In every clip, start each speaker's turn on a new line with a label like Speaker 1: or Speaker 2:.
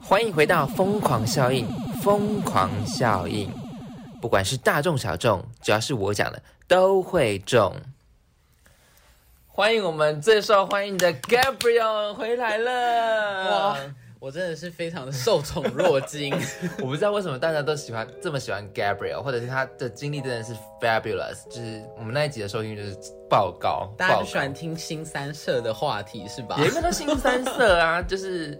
Speaker 1: 欢迎回到《疯狂效应》，疯狂效应，不管是大众小众，只要是我讲的都会中。欢迎我们最受欢迎的 Gabriel 回来了。
Speaker 2: 哇 我真的是非常的受宠若 惊，
Speaker 1: 我不知道为什么大家都喜欢这么喜欢 Gabriel，或者是他的经历真的是 fabulous，就是我们那一集的收听率就是爆高，
Speaker 2: 大家
Speaker 1: 爆
Speaker 2: 就喜欢
Speaker 1: 高，
Speaker 2: 听新三社的话题是吧？
Speaker 1: 也没有到新三色啊， 就是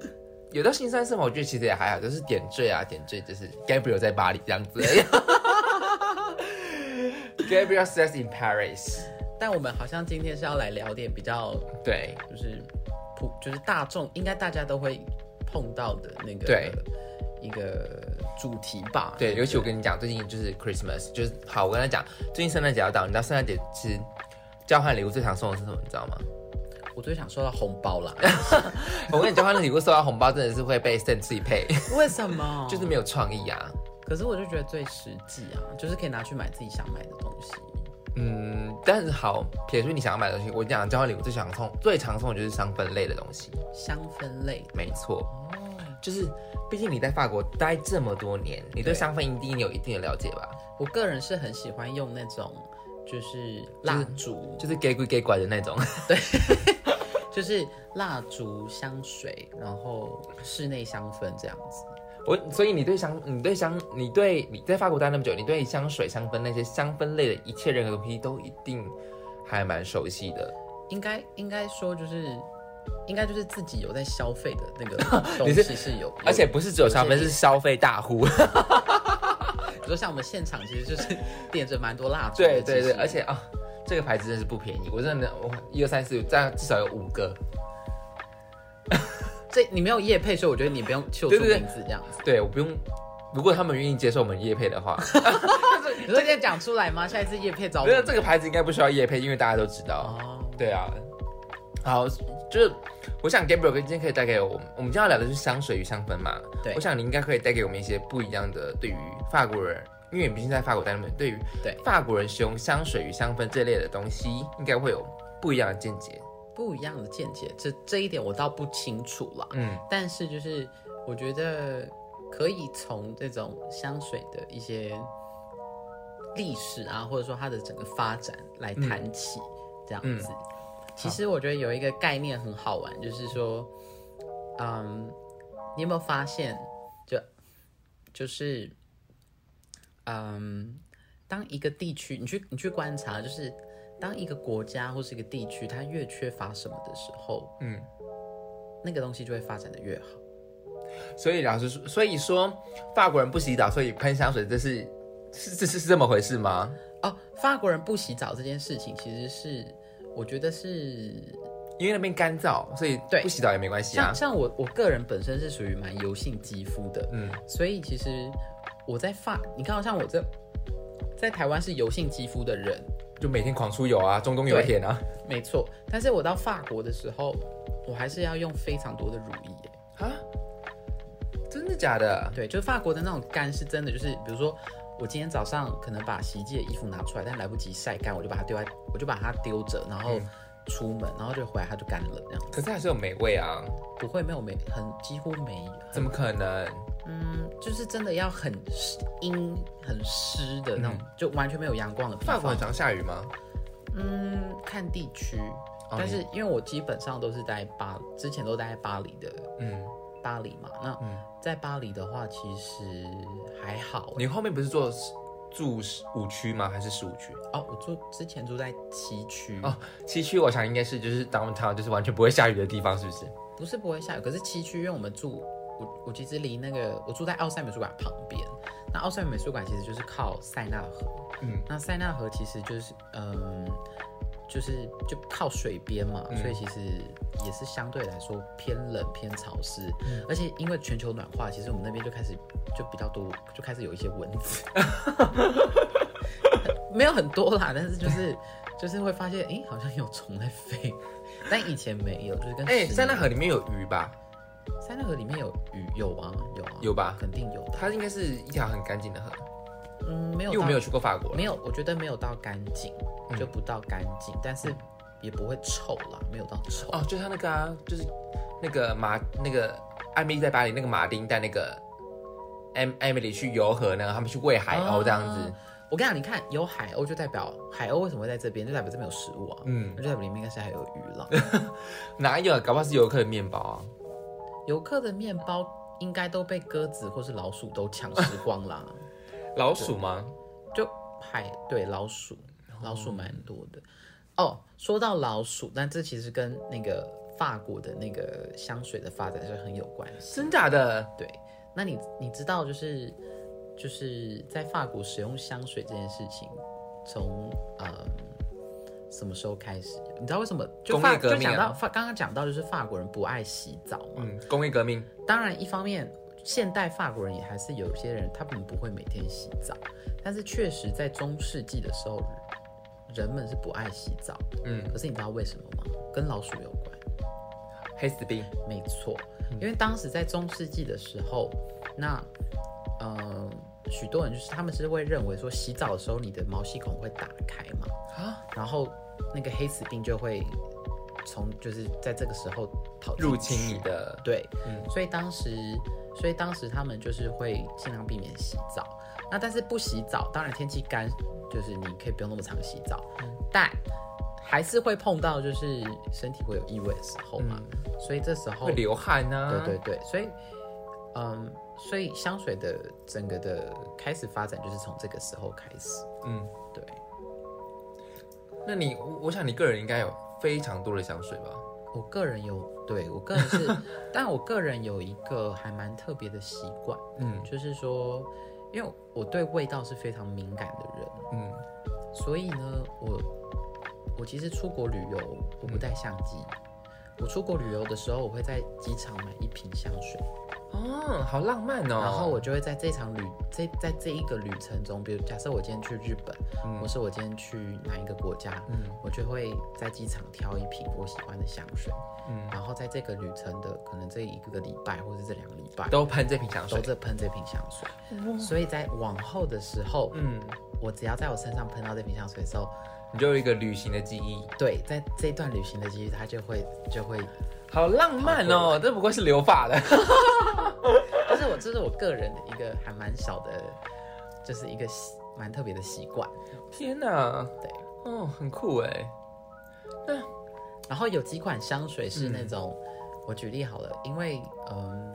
Speaker 1: 有到新三色嘛，我觉得其实也还好，就是点缀啊，点缀就是 Gabriel 在巴黎这样子 而已 Gabriel says in Paris，
Speaker 2: 但我们好像今天是要来聊点比较
Speaker 1: 对，
Speaker 2: 就是普就是大众应该大家都会碰到的那个
Speaker 1: 对
Speaker 2: 一个主题吧？
Speaker 1: 对，尤其我跟你讲，最近就是 Christmas，就是好，我跟他讲，最近圣诞节要到，你知道圣诞节其实交换礼物最常送的是什么，你知道吗？
Speaker 2: 我最想收到红包啦，
Speaker 1: 我跟你交换礼物收到红包，真的是会被 send 自己配。
Speaker 2: 为什么？
Speaker 1: 就是没有创意啊。
Speaker 2: 可是我就觉得最实际啊，就是可以拿去买自己想买的东西。
Speaker 1: 嗯，但是好，撇除你想要买的东西，我讲交换礼物最想送、最常送的就是香氛类的东西。
Speaker 2: 香氛类
Speaker 1: 没错，
Speaker 2: 哦，
Speaker 1: 就是毕竟你在法国待这么多年，你对
Speaker 2: 对
Speaker 1: 香氛一定有一定的了解吧？
Speaker 2: 我个人是很喜欢用那种就是蜡烛，
Speaker 1: 就是 gay 鬼 gay 拐的那种。
Speaker 2: 就是蜡烛、香水，然后室内香氛这样子。
Speaker 1: 我所以你对香、你对香、你对你在法国待那么久，你对香水、香氛那些香氛类的一切任何东西都一定还蛮熟悉的。
Speaker 2: 应该应该说就是，应该就是自己有在消费的那 个东
Speaker 1: 你
Speaker 2: 西
Speaker 1: 是
Speaker 2: 是有，有
Speaker 1: 而且不是只有香氛，是消费大户。
Speaker 2: 比如说像我们现场其实就是点着蛮多蜡烛的，
Speaker 1: 对对
Speaker 2: 其
Speaker 1: 对，
Speaker 2: 实
Speaker 1: 而且啊，这个牌子真是不便宜，我真的我一二三四，这样至少有五个。
Speaker 2: 这你没有夜配，所以我觉得你不用求出
Speaker 1: 对对对
Speaker 2: 名字这样子。
Speaker 1: 对，我不用。如果他们愿意接受我们叶配的话，
Speaker 2: 你说现在讲出来吗？下一次夜配找我
Speaker 1: 没有
Speaker 2: 们
Speaker 1: 这个牌子应该不需要叶配，因为大家都知道。
Speaker 2: 哦，
Speaker 1: 对啊，好，就是我想 Gabriel 今天可以带给我们，我们今天要聊的是香水与香氛嘛。
Speaker 2: 对
Speaker 1: 我想你应该可以带给我们一些不一样的对于法国人，因为你毕竟在法国待那么久，对于
Speaker 2: 对
Speaker 1: 法国人使用香水与香氛这类的东西，应该会有不一样的见解。
Speaker 2: 不一样的见解，这这一点我倒不清楚啦。
Speaker 1: 嗯，
Speaker 2: 但是就是我觉得可以从这种香水的一些历史啊，或者说它的整个发展来谈起，这样子。其实我觉得有一个概念很好玩，就是说，嗯，你有没有发现，就就是，嗯，当一个地区，你去你去观察，就是当一个国家或是一个地区，它越缺乏什么的时候，
Speaker 1: 嗯，
Speaker 2: 那个东西就会发展的越好。
Speaker 1: 所以老师说，所以说法国人不洗澡，所以喷香水，这是是这是是这么回事吗？
Speaker 2: 哦，法国人不洗澡这件事情，其实是我觉得是
Speaker 1: 因为那边干燥，所以
Speaker 2: 对
Speaker 1: 不洗澡也没关系
Speaker 2: 像
Speaker 1: 啊。
Speaker 2: 像我我个人本身是属于蛮油性肌肤的，
Speaker 1: 嗯，
Speaker 2: 所以其实我在法，你看像我这在台湾是油性肌肤的人，
Speaker 1: 就每天狂出油啊，中东油田啊。
Speaker 2: 没错，但是我到法国的时候，我还是要用非常多的乳液耶。
Speaker 1: 啊？真的假的？
Speaker 2: 对，就是法国的那种干是真的，就是比如说我今天早上可能把洗衣机的衣服拿出来，但来不及晒干，我就把它丢在，我就把它丢着，然后
Speaker 1: 嗯
Speaker 2: 出门，然后就回来它就干了这样。
Speaker 1: 可是还是有美味啊，
Speaker 2: 不会，没有没很几乎没有，
Speaker 1: 怎么可能？
Speaker 2: 嗯，就是真的要很湿阴很湿的那种，就完全没有阳光的地
Speaker 1: 嗯法国
Speaker 2: 方
Speaker 1: 很。常下雨吗？
Speaker 2: 嗯，看地区，
Speaker 1: 哦
Speaker 2: 但是因为我基本上都是在巴，之前都待在巴黎的
Speaker 1: 嗯，
Speaker 2: 巴黎嘛，那
Speaker 1: 嗯
Speaker 2: 在巴黎的话其实还好欸。
Speaker 1: 你后面不是住住五区吗？还是十五区？
Speaker 2: 哦，我住之前住在崎岖，
Speaker 1: 哦，七区我想应该是就是 downtown，就是完全不会下雨的地方，是不是？
Speaker 2: 不是不会下雨，可是崎岖，因为我们住，我我其实离那个我住在奥赛美术馆旁边。那奥赛美术馆其实就是靠塞纳河，
Speaker 1: 嗯，
Speaker 2: 那塞纳河其实就是嗯，就是就靠水边嘛，
Speaker 1: 嗯
Speaker 2: 所以其实也是相对来说偏冷偏潮湿，
Speaker 1: 嗯
Speaker 2: 而且因为全球暖化，其实我们那边就开始就比较多，就开始有一些蚊子， 没有很多啦，但是就是就是会发现，诶，好像有虫在飞，但以前没有，就是跟
Speaker 1: 哎、
Speaker 2: 室内
Speaker 1: 塞纳河里面有鱼吧？
Speaker 2: 塞纳河里面有鱼，有啊，有啊，
Speaker 1: 有吧
Speaker 2: 肯定有的。
Speaker 1: 它应该是一条很干净的河，
Speaker 2: 嗯，没有
Speaker 1: 因为
Speaker 2: 到，
Speaker 1: 我没有去嗯过法国
Speaker 2: 没有，我觉得没有到干净，就不到干净，但是也不会臭啦，没有到臭。
Speaker 1: 哦，就他那个啊，就是那个马那个艾米丽在巴黎那个马丁带那个 em Emily 去游河呢，他们去喂海鸥这样子。
Speaker 2: 啊我跟你讲，你看有海鸥就代表海鸥为什么会在这边，就代表这边有食物啊，
Speaker 1: 嗯
Speaker 2: 嗯，就代表里面应该是还有鱼 了。啊
Speaker 1: 哪有？啊搞不好是游客的面包啊。
Speaker 2: 游客的面包应该都被鸽子或是老鼠都抢食光啦，
Speaker 1: 老鼠吗？
Speaker 2: 就海对老鼠，老鼠蛮多的。哦，说到老鼠，但这其实跟那个法国的那个香水的发展是很有关系。
Speaker 1: 真假的？
Speaker 2: 对，那你你知道就是就是在法国使用香水这件事情，从呃什么时候开始？你知道为什么？就
Speaker 1: 工
Speaker 2: 法
Speaker 1: 业革
Speaker 2: 就
Speaker 1: 命
Speaker 2: 讲
Speaker 1: 啊
Speaker 2: 到法，刚刚讲到就是法国人不爱洗澡嘛。
Speaker 1: 嗯，工业革命。
Speaker 2: 当然，一方面现代法国人也还是有些人他们不会每天洗澡，但是确实在中世纪的时候，人们是不爱洗澡。
Speaker 1: 嗯，
Speaker 2: 可是你知道为什么吗？跟老鼠有关。
Speaker 1: 黑死病。
Speaker 2: 没错，
Speaker 1: 嗯
Speaker 2: 因为当时在中世纪的时候，那呃，许多人就是他们是会认为说洗澡的时候你的毛细孔会打开嘛，
Speaker 1: 啊，
Speaker 2: 然后那个黑死病就会从就是在这个时候跑进
Speaker 1: 入
Speaker 2: 去
Speaker 1: 侵嗯你的
Speaker 2: 对，所以当时，所以当时他们就是会尽量避免洗澡。那但是不洗澡，当然天气干，就是你可以不用那么常洗澡，
Speaker 1: 嗯
Speaker 2: 但还是会碰到就是身体会有异味的时候嘛。所以这时候
Speaker 1: 嗯会，流汗啊呢、
Speaker 2: 对对对，所以，嗯，所以香水的整个的开始发展就是从这个时候开始。
Speaker 1: 嗯，
Speaker 2: 对，
Speaker 1: 那你，我我想你个人应该有非常多的香水吧？
Speaker 2: 我个人有，对我个人是， 但我个人有一个还蛮特别的习惯，
Speaker 1: 嗯
Speaker 2: 就是说，因为我对味道是非常敏感的人，
Speaker 1: 嗯，
Speaker 2: 所以呢，我我其实出国旅游我不带相机，我出国旅游的时候，我会在机场买一瓶香水，
Speaker 1: 哦，好浪漫哦。
Speaker 2: 然后我就会在这场旅这在这一个旅程中，比如假设我今天去日本，
Speaker 1: 嗯
Speaker 2: 或是我今天去哪一个国家，
Speaker 1: 嗯
Speaker 2: 我就会在机场挑一瓶我喜欢的香水，
Speaker 1: 嗯，
Speaker 2: 然后在这个旅程的可能这一个礼拜或者这两个礼拜。
Speaker 1: 都喷这瓶香
Speaker 2: 都
Speaker 1: 水。
Speaker 2: 在喷这瓶香水，所以在往后的时候，
Speaker 1: 嗯，
Speaker 2: 我只要在我身上喷到这瓶香水的时候，
Speaker 1: 你就有一个旅行的记忆，
Speaker 2: 对，在这一段旅行的机遇，它就会就会，
Speaker 1: 好浪漫哦。这不过是留发的。
Speaker 2: 这是我这是我个人的一个还蛮小的，就是一个习蛮特别的习惯。
Speaker 1: 天哪，
Speaker 2: 对，
Speaker 1: 哦，很酷哎。
Speaker 2: 然后有几款香水
Speaker 1: 嗯
Speaker 2: 是那种，我举例好了，因为嗯，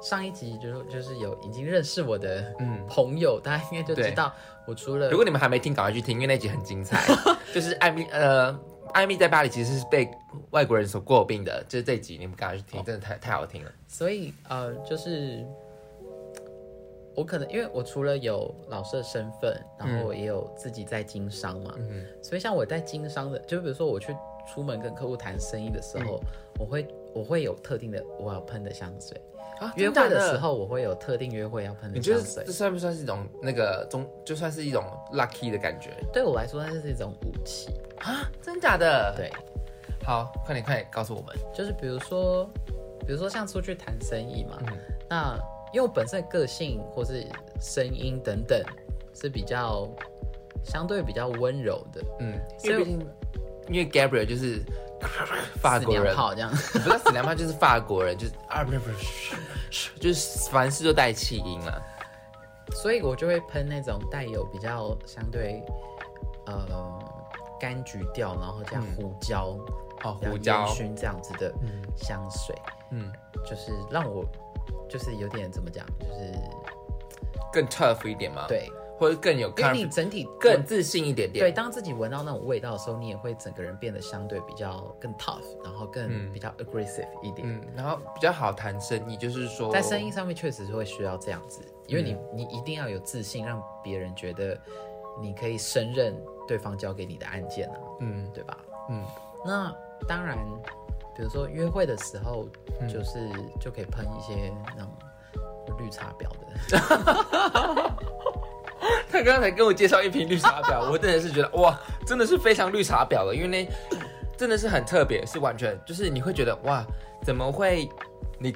Speaker 2: 上一集就是就是有已经认识我的
Speaker 1: 嗯
Speaker 2: 朋友，大家应该就
Speaker 1: 对
Speaker 2: 知道我除了
Speaker 1: 如果你们还没听，赶快去听，因为那集很精 彩。就是艾米，呃，艾米在巴黎其实是被外国人所诟病的，就是这集你们赶快去听，真的太太好听了。
Speaker 2: 所以呃，就是我可能因为我除了有老师的身份，然后我也有自己在经商嘛，
Speaker 1: 嗯
Speaker 2: 所以像我在经商的，就比如说我去出门跟客户谈生意的时
Speaker 1: 嗯
Speaker 2: 候，我会我会有特定的我要喷的香水，
Speaker 1: 啊
Speaker 2: 约
Speaker 1: 真假
Speaker 2: 会的时候我会有特定约会要喷
Speaker 1: 你
Speaker 2: 的
Speaker 1: 觉
Speaker 2: 香
Speaker 1: 得
Speaker 2: 水
Speaker 1: 这。算不算是一种那个中，就算是一种 lucky 的感觉
Speaker 2: 对我来说，那是一种武器。
Speaker 1: 啊？真假的？，
Speaker 2: 对，
Speaker 1: 好，快点快点告诉我们。
Speaker 2: 就是比如说，比如说像出去谈生意嘛，
Speaker 1: 嗯
Speaker 2: 那因为我本身的个性或是声音等等是比较相对比较温柔的，
Speaker 1: 嗯，
Speaker 2: 所
Speaker 1: 因
Speaker 2: 以
Speaker 1: 为毕竟，因为 Gabriel 就是法国
Speaker 2: 死
Speaker 1: 人
Speaker 2: 娘，炮这样。
Speaker 1: 不是死娘炮，就是法国人，就是 啊，不是不是，就是凡事都带气音了。
Speaker 2: 所以我就会喷那种带有比较相对呃柑橘调，然后加胡椒、
Speaker 1: 哦，
Speaker 2: 加
Speaker 1: 嗯胡椒
Speaker 2: 烟，熏这样子的香水，
Speaker 1: 嗯，
Speaker 2: 就是让我就是有点怎么讲，就是
Speaker 1: 更 tough 一点嘛，，
Speaker 2: 对，
Speaker 1: 或者更有
Speaker 2: 因为
Speaker 1: conf
Speaker 2: 你整体
Speaker 1: 更自信一点点。
Speaker 2: 对，当自己闻到那种味道的时候，你也会整个人变得相对比较更 tough，然后更比较 aggressive 一点。
Speaker 1: 嗯，然后比较好谈生意，就是说
Speaker 2: 在生意上面确实是会需要这样子，因为你、
Speaker 1: 嗯
Speaker 2: 你一定要有自信，让别人觉得你可以胜任对方交给你的案件啊，
Speaker 1: 嗯
Speaker 2: 对吧？
Speaker 1: 嗯，
Speaker 2: 那当然，比如说约会的时候，
Speaker 1: 嗯
Speaker 2: 就是、就可以喷一些那种有绿茶婊的，
Speaker 1: 他刚才跟我介绍一瓶绿茶婊，我真的是觉得哇，真的是非常绿茶婊了，因为那真的是很特别，是完全就是你会觉得哇，怎么会你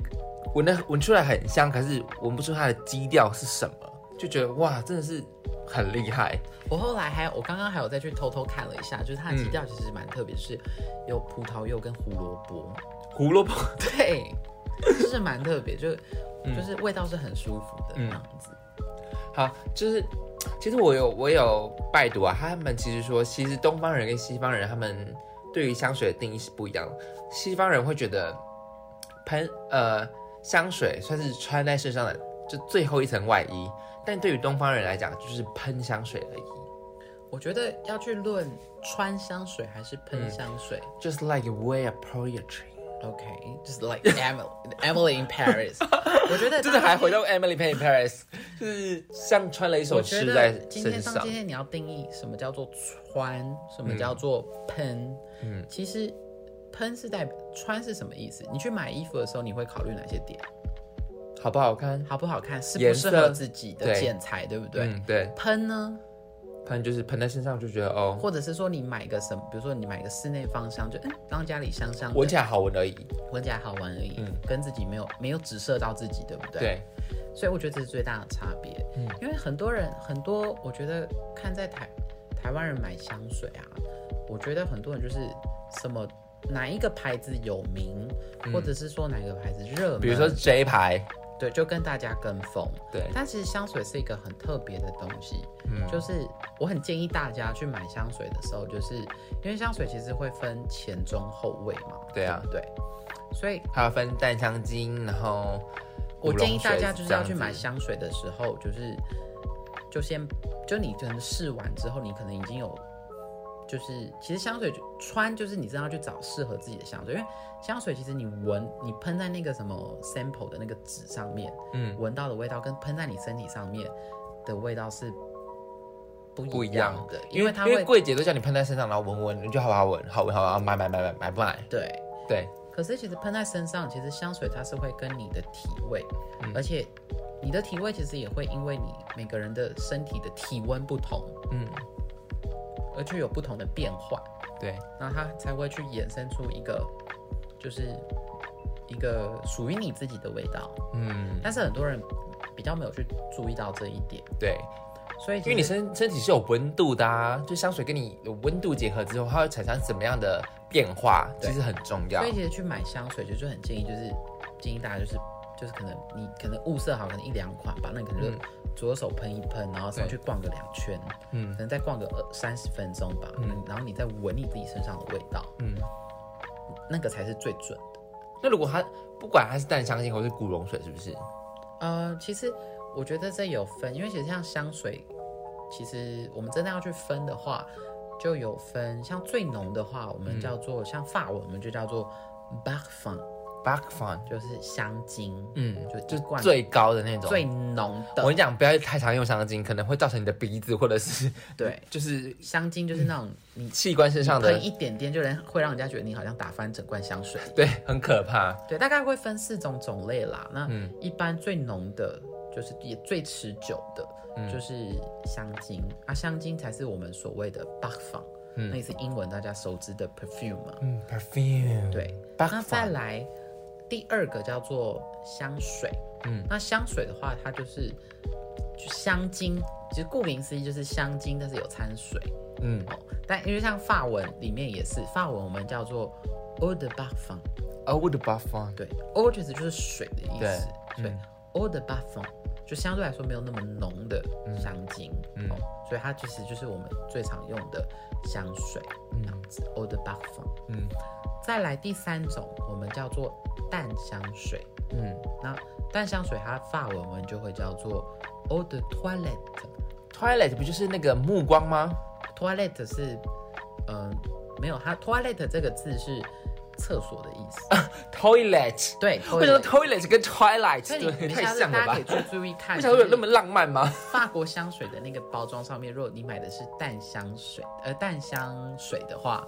Speaker 1: 闻的闻出来很香，可是闻不出它的基调是什么，就觉得哇，真的是很厉害。
Speaker 2: 我后来还有，我刚刚还有再去偷偷看了一下，就是它的
Speaker 1: 嗯
Speaker 2: 基调其实蛮特别，是有葡萄柚跟胡萝卜。
Speaker 1: 胡萝卜，
Speaker 2: 对，就是蛮特别，就
Speaker 1: 嗯
Speaker 2: 就是味道是很舒服的这样子。
Speaker 1: 好，就是其实我有我有拜读啊，他们其实说，其实东方人跟西方人他们对于香水的定义是不一样的。西方人会觉得喷呃香水算是穿在身上的就最后一层外衣，但对于东方人来讲，就是喷香水而已。
Speaker 2: 我觉得要去论穿香水还是喷香水、
Speaker 1: Just like you wear poetry，
Speaker 2: o k 就是 like Emily Emily in Paris。我觉得
Speaker 1: 就是还回
Speaker 2: 到。
Speaker 1: 到 Emily Payne Paris，就是 像穿了一首
Speaker 2: 我觉
Speaker 1: 诗在
Speaker 2: 得今
Speaker 1: 身
Speaker 2: 天当
Speaker 1: 上
Speaker 2: 今。天你要定义什么叫做穿，什么叫做喷。嗯，其实喷是代表穿是什么意思？你去买衣服的时候，你会考虑哪些点？
Speaker 1: 好不好看？
Speaker 2: 好不好看，适
Speaker 1: 颜
Speaker 2: 不
Speaker 1: 色
Speaker 2: 适合自己的
Speaker 1: 对
Speaker 2: 剪裁，对不对？
Speaker 1: 嗯，对，
Speaker 2: 喷呢，
Speaker 1: 喷就是喷在身上就觉得哦，
Speaker 2: 或者是说你买个什么，比如说你买个室内芳香，就嗯，让家里香香的，
Speaker 1: 闻起来好闻而已。
Speaker 2: 闻起来好玩而已，
Speaker 1: 嗯
Speaker 2: 跟自己没有没有直射到自己，对不对？
Speaker 1: 对，
Speaker 2: 所以我觉得这是最大的差别。
Speaker 1: 嗯
Speaker 2: 因为很多人很多，我觉得看在台台湾人买香水啊，我觉得很多人就是什么哪一个牌子有名，或者是说哪一个牌子热门，
Speaker 1: 嗯比如说 J 牌，
Speaker 2: 对，就跟大家跟风。
Speaker 1: 对，
Speaker 2: 但其实香水是一个很特别的东西，
Speaker 1: 嗯
Speaker 2: 就是我很建议大家去买香水的时候，就是因为香水其实会分前中后味嘛，
Speaker 1: 对啊
Speaker 2: 不对，所以
Speaker 1: 还有分淡香精，然后
Speaker 2: 我建议大家就是要去买
Speaker 1: 古龙水
Speaker 2: 香水的时候，就是就先就你可能试完之后，你可能已经有就是其实香水就穿就是你真的要去找适合自己的香水，因为香水其实你闻你喷在那个什么 sample 的那个纸上面，
Speaker 1: 这样子，
Speaker 2: 闻到的味道跟喷在你身体上面的味道是不
Speaker 1: 嗯，不
Speaker 2: 一
Speaker 1: 一样
Speaker 2: 样的，
Speaker 1: 因
Speaker 2: 因
Speaker 1: 为
Speaker 2: 它
Speaker 1: 因
Speaker 2: 会
Speaker 1: 为柜姐都叫你喷在身上，然后闻闻，你就好不好闻，好闻好闻，买买买买买不买？
Speaker 2: 对
Speaker 1: 对，
Speaker 2: 可是其实喷在身上，其实香水它是会跟你的体味，
Speaker 1: 嗯
Speaker 2: 而且你的体味其实也会因为你每个人的身体的体温不同，
Speaker 1: 嗯，
Speaker 2: 而去有不同的变化，
Speaker 1: 对，
Speaker 2: 那它才会去衍生出一个就是一个属于你自己的味道。
Speaker 1: 嗯，
Speaker 2: 但是很多人比较没有去注意到这一点，
Speaker 1: 对，
Speaker 2: 所以其
Speaker 1: 因为你
Speaker 2: 实
Speaker 1: 身身体是有温度的啊，就香水跟你有温度结合之后，它会产生什么样的变化，
Speaker 2: 对
Speaker 1: 其实很重要
Speaker 2: 所以。其实去买香水就是很建议，就是建议大家就是就是可能你可能物色好可能一两款吧，那你可能就左手喷一喷，然后上去逛个两圈，
Speaker 1: 嗯
Speaker 2: 可能再逛个二三十分钟吧，嗯然后你再闻你自己身上的味道，
Speaker 1: 嗯，
Speaker 2: 那个才是最准的。
Speaker 1: 那如果它不管它是淡香精或是古龙水，是不是？
Speaker 2: 呃，其实我觉得这有分，因为其实像香水，其实我们真的要去分的话，就有分，像最浓的话，我们叫做、像法文，我们就叫做 b a c f u n
Speaker 1: Back fun，
Speaker 2: 就是香精，
Speaker 1: 嗯，
Speaker 2: 就一
Speaker 1: 就
Speaker 2: 罐
Speaker 1: 最高的那种，
Speaker 2: 最浓
Speaker 1: 我跟
Speaker 2: 的，
Speaker 1: 你讲，不要太常用香精，可能会造成你的鼻子或者是
Speaker 2: 对，
Speaker 1: 就是
Speaker 2: 香精就是那种你
Speaker 1: 器官身上的
Speaker 2: 喷，一点点就能会让人家觉得你好像打翻整罐香水。
Speaker 1: 对，很可怕。
Speaker 2: 对，大概会分四种种类啦。那
Speaker 1: 嗯
Speaker 2: 一般最浓的，就是也最持久的，就是香精啊，香精才是我们所谓的 b u f f n 那也是英文大家熟知的 perfume 嘛。
Speaker 1: 嗯，perfume，
Speaker 2: 对，
Speaker 1: 八
Speaker 2: 那再来第二个叫做香水，
Speaker 1: 嗯
Speaker 2: 嗯，那香水的话，它就是就香精，其实顾名思义就是香精，但是有掺水
Speaker 1: 嗯
Speaker 2: 哦。但因为像法文里面也是，法文我们叫做 eau de parfum。
Speaker 1: ，I Oh, would buff on，
Speaker 2: 对，eau 其实就是水的意思，
Speaker 1: 对嗯
Speaker 2: 所以 eau 的 parfum 就相对来说没有那么浓的香精，
Speaker 1: 嗯
Speaker 2: 哦，所以它其实就是我们最常用的香水，这样子 eau 的 parfum。
Speaker 1: 嗯
Speaker 2: 再来第三种，我们叫做淡香水，
Speaker 1: 嗯
Speaker 2: 那淡香水它法文我们就会叫做 eau de toilette，toilette
Speaker 1: ，toilet 不就是那个目光吗？
Speaker 2: 是，嗯、没有，它 toilette 这个字是厕所的意思，
Speaker 1: toilet，
Speaker 2: 对，
Speaker 1: 啊为什么
Speaker 2: toilet
Speaker 1: toilet 跟
Speaker 2: 所
Speaker 1: twilight
Speaker 2: 以你
Speaker 1: 对
Speaker 2: 你
Speaker 1: 太
Speaker 2: 下次
Speaker 1: 像了
Speaker 2: 大家
Speaker 1: 吧
Speaker 2: 可以？去注意看，
Speaker 1: 为什么有
Speaker 2: 就是
Speaker 1: 那么浪漫吗？
Speaker 2: 法国香水的那个包装上面，如果你买的是淡香水，呃，淡香水的话，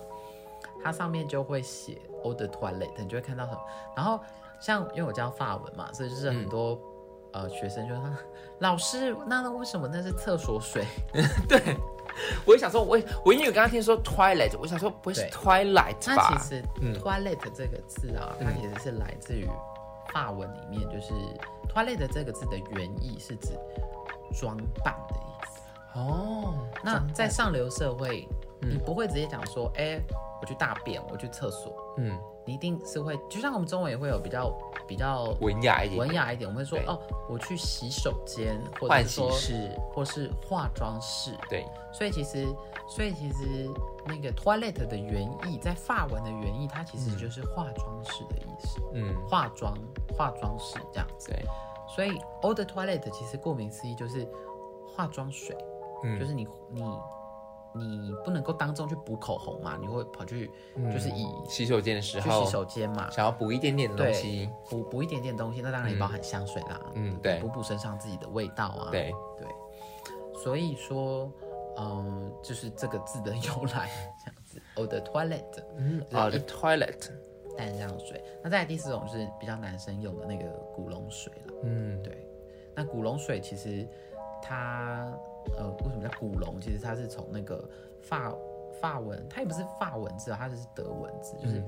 Speaker 2: 它上面就会写 eau de toilette，你就会看到很。然后像因为我教法文嘛，所以就是
Speaker 1: 嗯
Speaker 2: 很多、呃学生就说，老师，那那为什么那是厕所水？
Speaker 1: 我也想说，我也我因为刚刚听说 twilight，我想说不会是
Speaker 2: 对
Speaker 1: twilight
Speaker 2: 那
Speaker 1: 吧
Speaker 2: 其？实
Speaker 1: 嗯
Speaker 2: toilet 这个字啊，它其实是来自于法文里面，就是 toilet 这个字的原意是指装扮的意思。
Speaker 1: 哦，
Speaker 2: 那在
Speaker 1: 嗯
Speaker 2: 上流社会，你不会直接讲说，哎、我去大便，我去厕所，
Speaker 1: 嗯，
Speaker 2: 你一定是会，就像我们中文也会有比较比较
Speaker 1: 文雅一点，
Speaker 2: 文雅一点，我们会说
Speaker 1: 对
Speaker 2: 哦，我去洗手间，或者
Speaker 1: 换
Speaker 2: 是
Speaker 1: 洗
Speaker 2: 说，
Speaker 1: 室，
Speaker 2: 或是化妆室。
Speaker 1: 对，
Speaker 2: 所以其实，所以其实那个 toilet 的原意，在法文的原意，它其实就是化妆室的意思，
Speaker 1: 嗯，
Speaker 2: 化妆化妆室这样子。
Speaker 1: 对，
Speaker 2: 所以 eau de toilet 其实顾名思义就是化妆水，
Speaker 1: 嗯，
Speaker 2: 就是你你你不能够当众去补口红嘛，你会跑去、就是以
Speaker 1: 洗手间的嗯时
Speaker 2: 去
Speaker 1: 候
Speaker 2: 洗，手间嘛，
Speaker 1: 想要补一点点的东西，
Speaker 2: 补补一点点东西，那当然也包含香水啦，
Speaker 1: 嗯对
Speaker 2: 补补身上自己的味道啊，
Speaker 1: 对，
Speaker 2: 对，所以说，嗯，就是这个字的由来这样子，eau de toilet
Speaker 1: 嗯，哦，the toilet，
Speaker 2: 淡香水。那再来第四种是比较男生用的那个古龙水啦，
Speaker 1: 嗯，
Speaker 2: 对，那古龙水其实它呃为什么叫古龙？其实它是从那个法法文，它也不是法文字啊，它就是德文字，就是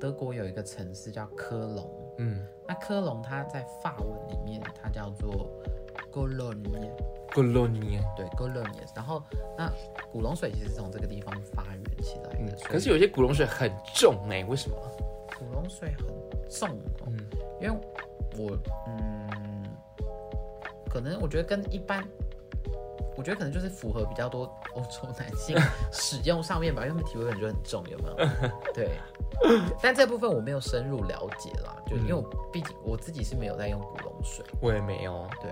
Speaker 2: 德国有一个城市叫科隆，
Speaker 1: 嗯
Speaker 2: 那科隆它在法文里面它叫做 Cologne，
Speaker 1: ，Colonia，
Speaker 2: 对 Cologne，然后那古龙水其实是从这个地方发源起来的，
Speaker 1: 嗯，
Speaker 2: 所以
Speaker 1: 可是有些古龙水很重哎，为什么？
Speaker 2: 古龙水很重、哦，
Speaker 1: 嗯
Speaker 2: 因为我嗯，可能我觉得跟一般，我觉得可能就是符合比较多欧洲男性 使用上面吧，因为他们体味可能就很重，有没有？对。但这部分我没有深入了解啦，就因
Speaker 1: 嗯
Speaker 2: 为我毕竟我自己是没有在用古龙水，
Speaker 1: 我也没有，
Speaker 2: 对。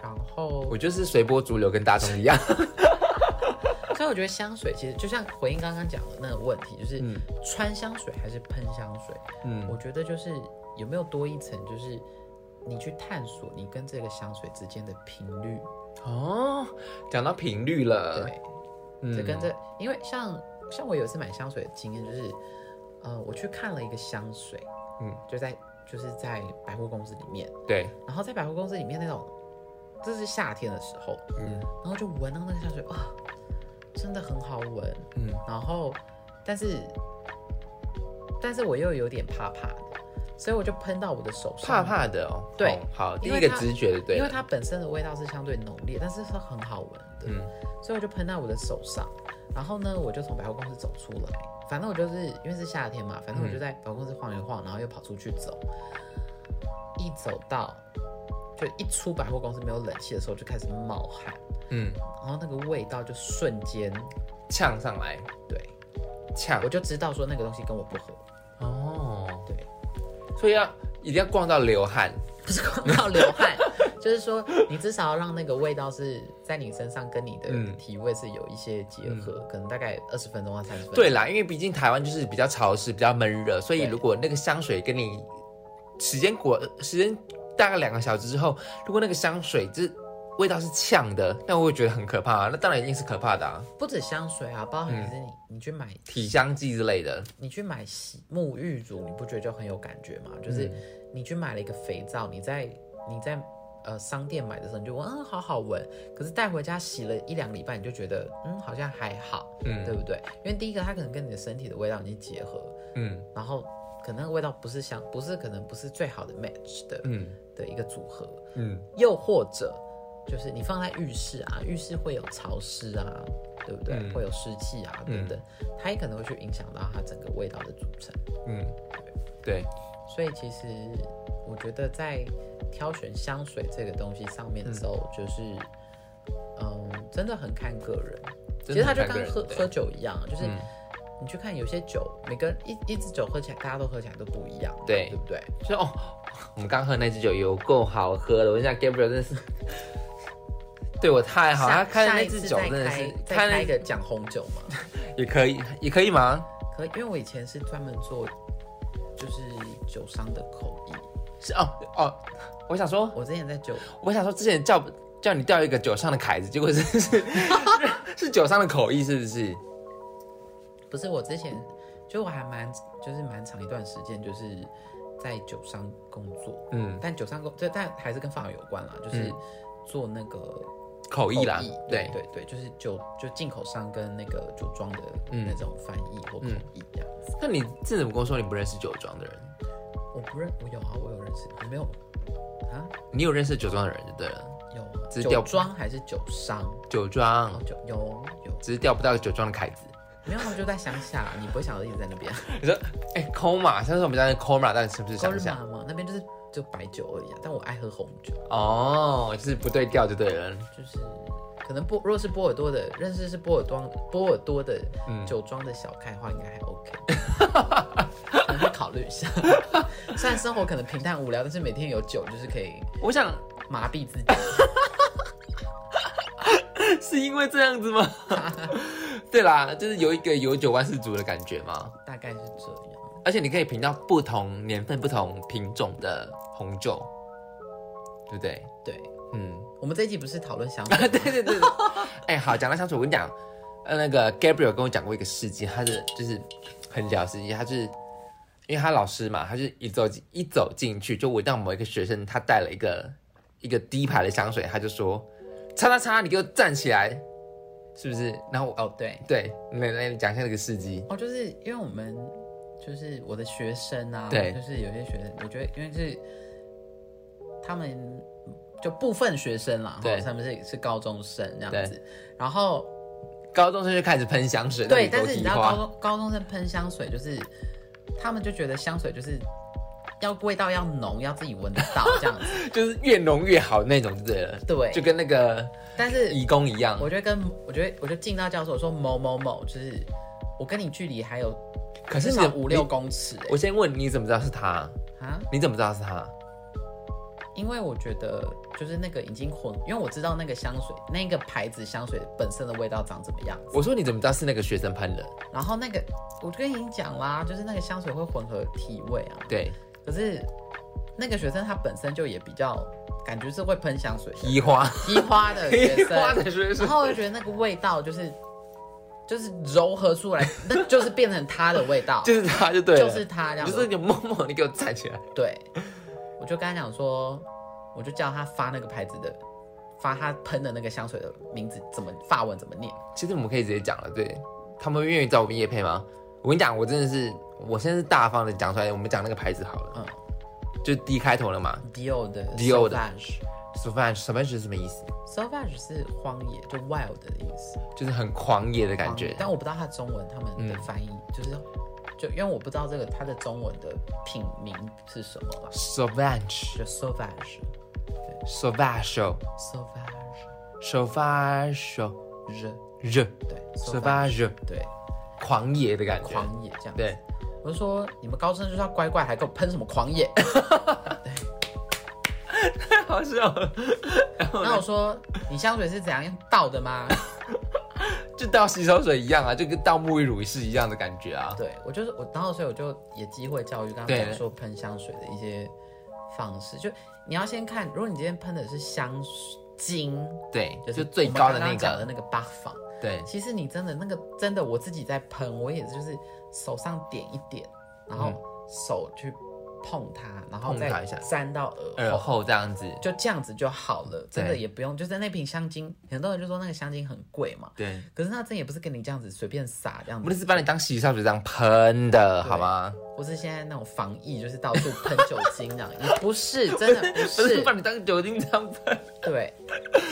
Speaker 2: 然后
Speaker 1: 我就是随波逐流，跟大众一样，
Speaker 2: 所以我觉得香水其实就像回应刚刚讲的那个问题，就是
Speaker 1: 嗯
Speaker 2: 穿香水还是喷香水，
Speaker 1: 嗯
Speaker 2: 我觉得就是有没有多一层，就是你去探索你跟这个香水之间的频率，
Speaker 1: 哦，讲到频率了，
Speaker 2: 对，
Speaker 1: 嗯
Speaker 2: 这跟这，因为像像我有一次买香水的经验就是，呃，我去看了一个香水，
Speaker 1: 嗯，
Speaker 2: 就在就是在百货公司里面，
Speaker 1: 对，
Speaker 2: 然后在百货公司里面那种，这是夏天的时候，
Speaker 1: 嗯
Speaker 2: 然后就闻到那个香水，哇，真的很好闻，
Speaker 1: 嗯，
Speaker 2: 然后，但是，但是我又有点怕怕的，所以我就喷到我的手上，
Speaker 1: 怕怕的哦，
Speaker 2: 对
Speaker 1: 哦好，第
Speaker 2: 因
Speaker 1: 一个
Speaker 2: 为它
Speaker 1: 直觉的对
Speaker 2: 因为
Speaker 1: 了，
Speaker 2: 它本身的味道是相对浓烈，但是是很好闻的，
Speaker 1: 嗯
Speaker 2: 所以我就喷到我的手上。然后呢，我就从百货公司走出来，反正我就是因为是夏天嘛，反正我
Speaker 1: 嗯
Speaker 2: 就在百货公司晃一晃，然后又跑出去走。一走到，就一出百货公司没有冷气的时候，就开始冒汗，
Speaker 1: 嗯，
Speaker 2: 然后那个味道就瞬间，
Speaker 1: 呛上来，
Speaker 2: 对
Speaker 1: 呛啊
Speaker 2: 我，就知道说那个东西跟我不合，
Speaker 1: 哦，
Speaker 2: 对，
Speaker 1: 所以要一定要逛到流汗，
Speaker 2: 不是光靠流汗， 就是说你至少要让那个味道是在你身上跟你的
Speaker 1: 嗯
Speaker 2: 体味是有一些结合，可能大概二十分钟到三十分钟。
Speaker 1: 对啦，因为毕竟台湾就是比较潮湿，比较闷热，所以
Speaker 2: 对
Speaker 1: 如果那个香水跟你时间过时间大概两个小时之后，如果那个香水这味道是呛的，那我会觉得很可怕、啊。那当然一定是可怕的啊，
Speaker 2: 不止香水啊，包含是
Speaker 1: 嗯
Speaker 2: 你、你去买
Speaker 1: 体香剂之类的。
Speaker 2: 你去买洗沐浴乳，你不觉得就很有感觉
Speaker 1: 嗯
Speaker 2: 吗？就是你去买了一个肥皂，你在你在呃商店买的时候，你就闻嗯好好闻，可是带回家洗了一两礼拜，你就觉得嗯好像还好，
Speaker 1: 嗯
Speaker 2: 对不对？因为第一个它可能跟你的身体的味道已经结合，
Speaker 1: 嗯
Speaker 2: 然后可能那个味道不是相，不是可能不是最好的 match 的、
Speaker 1: 嗯
Speaker 2: 的一个组合，
Speaker 1: 嗯，
Speaker 2: 又或者就是你放在浴室啊，浴室会有潮湿啊，对不对？
Speaker 1: 嗯
Speaker 2: 会有湿气啊等等，它也可能会去影响到它整个味道的组成。
Speaker 1: 嗯，对，
Speaker 2: 所以其实我觉得在挑选香水这个东西上面的时候，就是嗯，真的很看个人。其实它就
Speaker 1: 真的很看个
Speaker 2: 跟
Speaker 1: 人
Speaker 2: 喝
Speaker 1: 对
Speaker 2: 喝酒一样，啊就是
Speaker 1: 嗯
Speaker 2: 你去看有些酒，每个人一一支酒喝起来，大家都喝起来都不一样嘛，
Speaker 1: 对
Speaker 2: 对不对？
Speaker 1: 就是哦，我们刚喝那支酒有够好喝的，我跟你讲 Gabriel 真的是对我太好，
Speaker 2: 下
Speaker 1: 他开的
Speaker 2: 下
Speaker 1: 那
Speaker 2: 一
Speaker 1: 支
Speaker 2: 次
Speaker 1: 酒
Speaker 2: 再
Speaker 1: 真的
Speaker 2: 开
Speaker 1: 是
Speaker 2: 再
Speaker 1: 开
Speaker 2: 开
Speaker 1: 那
Speaker 2: 一个讲红酒嘛，
Speaker 1: 也可以也可以吗？
Speaker 2: 可以，因为我以前是专门做就是酒商的口译，
Speaker 1: 是哦哦，我想说
Speaker 2: 我之前在酒
Speaker 1: 我想说，之前叫叫你调一个酒上的凯子，结果是 是是酒上的口译，是不是？
Speaker 2: 不是我之前就我还蛮就是蛮长一段时间就是在酒商工作，
Speaker 1: 嗯，
Speaker 2: 但酒商工这但还是跟法文有关啦，就是
Speaker 1: 嗯
Speaker 2: 做那个
Speaker 1: 口译啦，
Speaker 2: 对
Speaker 1: 对，
Speaker 2: 对对，就是酒就进口商跟那个酒庄的
Speaker 1: 嗯
Speaker 2: 那种翻译或口译这样子。
Speaker 1: 那你这怎么跟我说你不认识酒庄的人？
Speaker 2: 我不认，我有啊，我有认识，我没有啊，
Speaker 1: 你有认识酒庄的人就对了，
Speaker 2: 有啊，
Speaker 1: 只是调
Speaker 2: 酒庄还是酒商？
Speaker 1: 酒庄
Speaker 2: 哦，酒有有
Speaker 1: 只是调不到酒庄的凯子。
Speaker 2: 没有，我啊就在乡下，你不会想到一直在 那边。啊
Speaker 1: 你说，哎、欸、，Koma，上次我们家那 Koma 到底是不是
Speaker 2: 高
Speaker 1: 乡
Speaker 2: 日
Speaker 1: 下？
Speaker 2: 马嘛，那边就是就白酒而已、啊，但我爱喝红酒，
Speaker 1: 哦，就是不对调就对了。
Speaker 2: 就是可能波如果是波尔多的，认识是波尔多波尔多的
Speaker 1: 嗯
Speaker 2: 酒庄的小开的话，应该还 OK，可能会考虑一下。虽然生活可能平淡无聊，但是每天有酒就是可以
Speaker 1: 我想
Speaker 2: 麻痹自己。
Speaker 1: 是因为这样子吗？ 对啦，就是有一个有酒万事足的感觉嘛。
Speaker 2: 大概是这样，
Speaker 1: 而且你可以品到不同年份、不同品种的红酒，对不对？
Speaker 2: 对。
Speaker 1: 嗯，
Speaker 2: 我们这一集不是讨论香
Speaker 1: 对
Speaker 2: 水吗，
Speaker 1: 对对对。哎、好，讲到香水，我跟你讲，呃，那个 Gabriel 跟我讲过一个事迹，他是就是很屌的事迹，他就是因为他老师嘛，他就是一走进一走进去就闻到某一个学生他带了一个一个低牌的香水，他就说：“叉叉叉，你给我站起来！”是不是？然后我
Speaker 2: 哦对，
Speaker 1: 对，来来讲一下那个事迹。
Speaker 2: 哦，就是因为我们就是我的学生啊，
Speaker 1: 对
Speaker 2: 就是有些学生，我觉得因为是他们就部分学生啦，
Speaker 1: 对
Speaker 2: 哈他们是是高中生这
Speaker 1: 对
Speaker 2: 样子，然后
Speaker 1: 高中生就开始喷香水，
Speaker 2: 对，
Speaker 1: 那
Speaker 2: 但
Speaker 1: 多
Speaker 2: 是
Speaker 1: 提
Speaker 2: 你知道
Speaker 1: 花
Speaker 2: 高中高中生喷香水，就是他们就觉得香水就是要味道要浓，要自己闻得到这样 子，
Speaker 1: 就是越浓越好那种就对了，
Speaker 2: 对
Speaker 1: 就，跟那个
Speaker 2: 但是
Speaker 1: 义工一样。
Speaker 2: 我觉得跟我觉得我就进到教授说某某某，就是我跟你距离还有
Speaker 1: 可是
Speaker 2: 至
Speaker 1: 你
Speaker 2: 少
Speaker 1: 的
Speaker 2: 五六
Speaker 1: 你
Speaker 2: 公尺欸
Speaker 1: 我先问你怎么知道是他？
Speaker 2: 啊。
Speaker 1: 你怎么知道是他？
Speaker 2: 因为我觉得就是那个已经混，因为我知道那个香水，那个牌子香水本身的味道长怎么样子。
Speaker 1: 我说你怎么知道是那个学生喷的？
Speaker 2: 然后那个我就跟你讲啦，就是那个香水会混合体味啊。
Speaker 1: 对，
Speaker 2: 可是那个学生他本身就也比较感觉是会喷香水的、
Speaker 1: 提 花，
Speaker 2: 提花的学
Speaker 1: 提花
Speaker 2: 生，
Speaker 1: 的学
Speaker 2: 然
Speaker 1: 生，
Speaker 2: 后我就觉得那个味道就是就是柔合出来，那就是变成他的味道，
Speaker 1: 就是他 就对了，
Speaker 2: 就是他这样
Speaker 1: 就
Speaker 2: 子。
Speaker 1: 是你默默你给我站起来，
Speaker 2: 对，我就跟他讲说，我就叫他发那个牌子的，发他喷的那个香水的名字怎么发文怎么念。
Speaker 1: 其实我们可以直接讲了，对他们愿意找我们叶配吗？我跟你讲，我真的是，我现在是大方的讲出来，我们讲那个牌子好了，
Speaker 2: 嗯
Speaker 1: 就 D 开头了嘛
Speaker 2: Dior 的
Speaker 1: Dior 的
Speaker 2: Sauvage，Sauvage
Speaker 1: ，Sauvage Sauvage 是什么意思？
Speaker 2: 是荒野，就 wild 的意思，
Speaker 1: 就是很狂野的感
Speaker 2: 荒
Speaker 1: 觉嗯
Speaker 2: 野。但我不知道它中文他们的翻译、就是，就因为我不知道这个它的中文的品名是什么嘛，
Speaker 1: Sauvage
Speaker 2: 就 Sauvage。
Speaker 1: Sauvage
Speaker 2: Sauvage，
Speaker 1: Sauvage 热
Speaker 2: 对
Speaker 1: Sauvage
Speaker 2: 对，
Speaker 1: 狂野的感觉。
Speaker 2: 狂野这样。
Speaker 1: 对，
Speaker 2: 我就说你们高中就是要乖乖，还给我喷什么狂野？
Speaker 1: 太好笑了，
Speaker 2: 那我说你香水是怎样用倒的吗？
Speaker 1: 就倒洗手水一样啊，就跟倒沐浴乳是一样的感觉啊。
Speaker 2: 对我就是我，然后所以我就也机会教育跟他
Speaker 1: 对
Speaker 2: 讲说喷香水的一些方式，就你要先看，如果你今天喷的是香精，
Speaker 1: 对，
Speaker 2: 就
Speaker 1: 就是最
Speaker 2: 我们
Speaker 1: 高的
Speaker 2: 刚
Speaker 1: 那
Speaker 2: 刚讲的
Speaker 1: 个。
Speaker 2: 那个八房，
Speaker 1: 对，
Speaker 2: 其实你真的那个真的我自己在喷，我也就是手上点一点，然后手去碰它，然后
Speaker 1: 嗯碰它
Speaker 2: 再
Speaker 1: 一下
Speaker 2: 沾到耳
Speaker 1: 耳
Speaker 2: 后。
Speaker 1: 后这样子。
Speaker 2: 就这样子就好了，真的
Speaker 1: 对
Speaker 2: 也不用。就是那瓶香精，很多人就说那个香精很贵嘛，
Speaker 1: 对，
Speaker 2: 可是它真也不是跟你这样子随便撒这样
Speaker 1: 我
Speaker 2: 子。
Speaker 1: 们是把你当洗手水这样喷的，好吗？
Speaker 2: 不是现在那种防疫，就是到处喷酒精这样， 也不是，真的不
Speaker 1: 不是
Speaker 2: 是
Speaker 1: 把，你当酒精这样 喷，
Speaker 2: 对，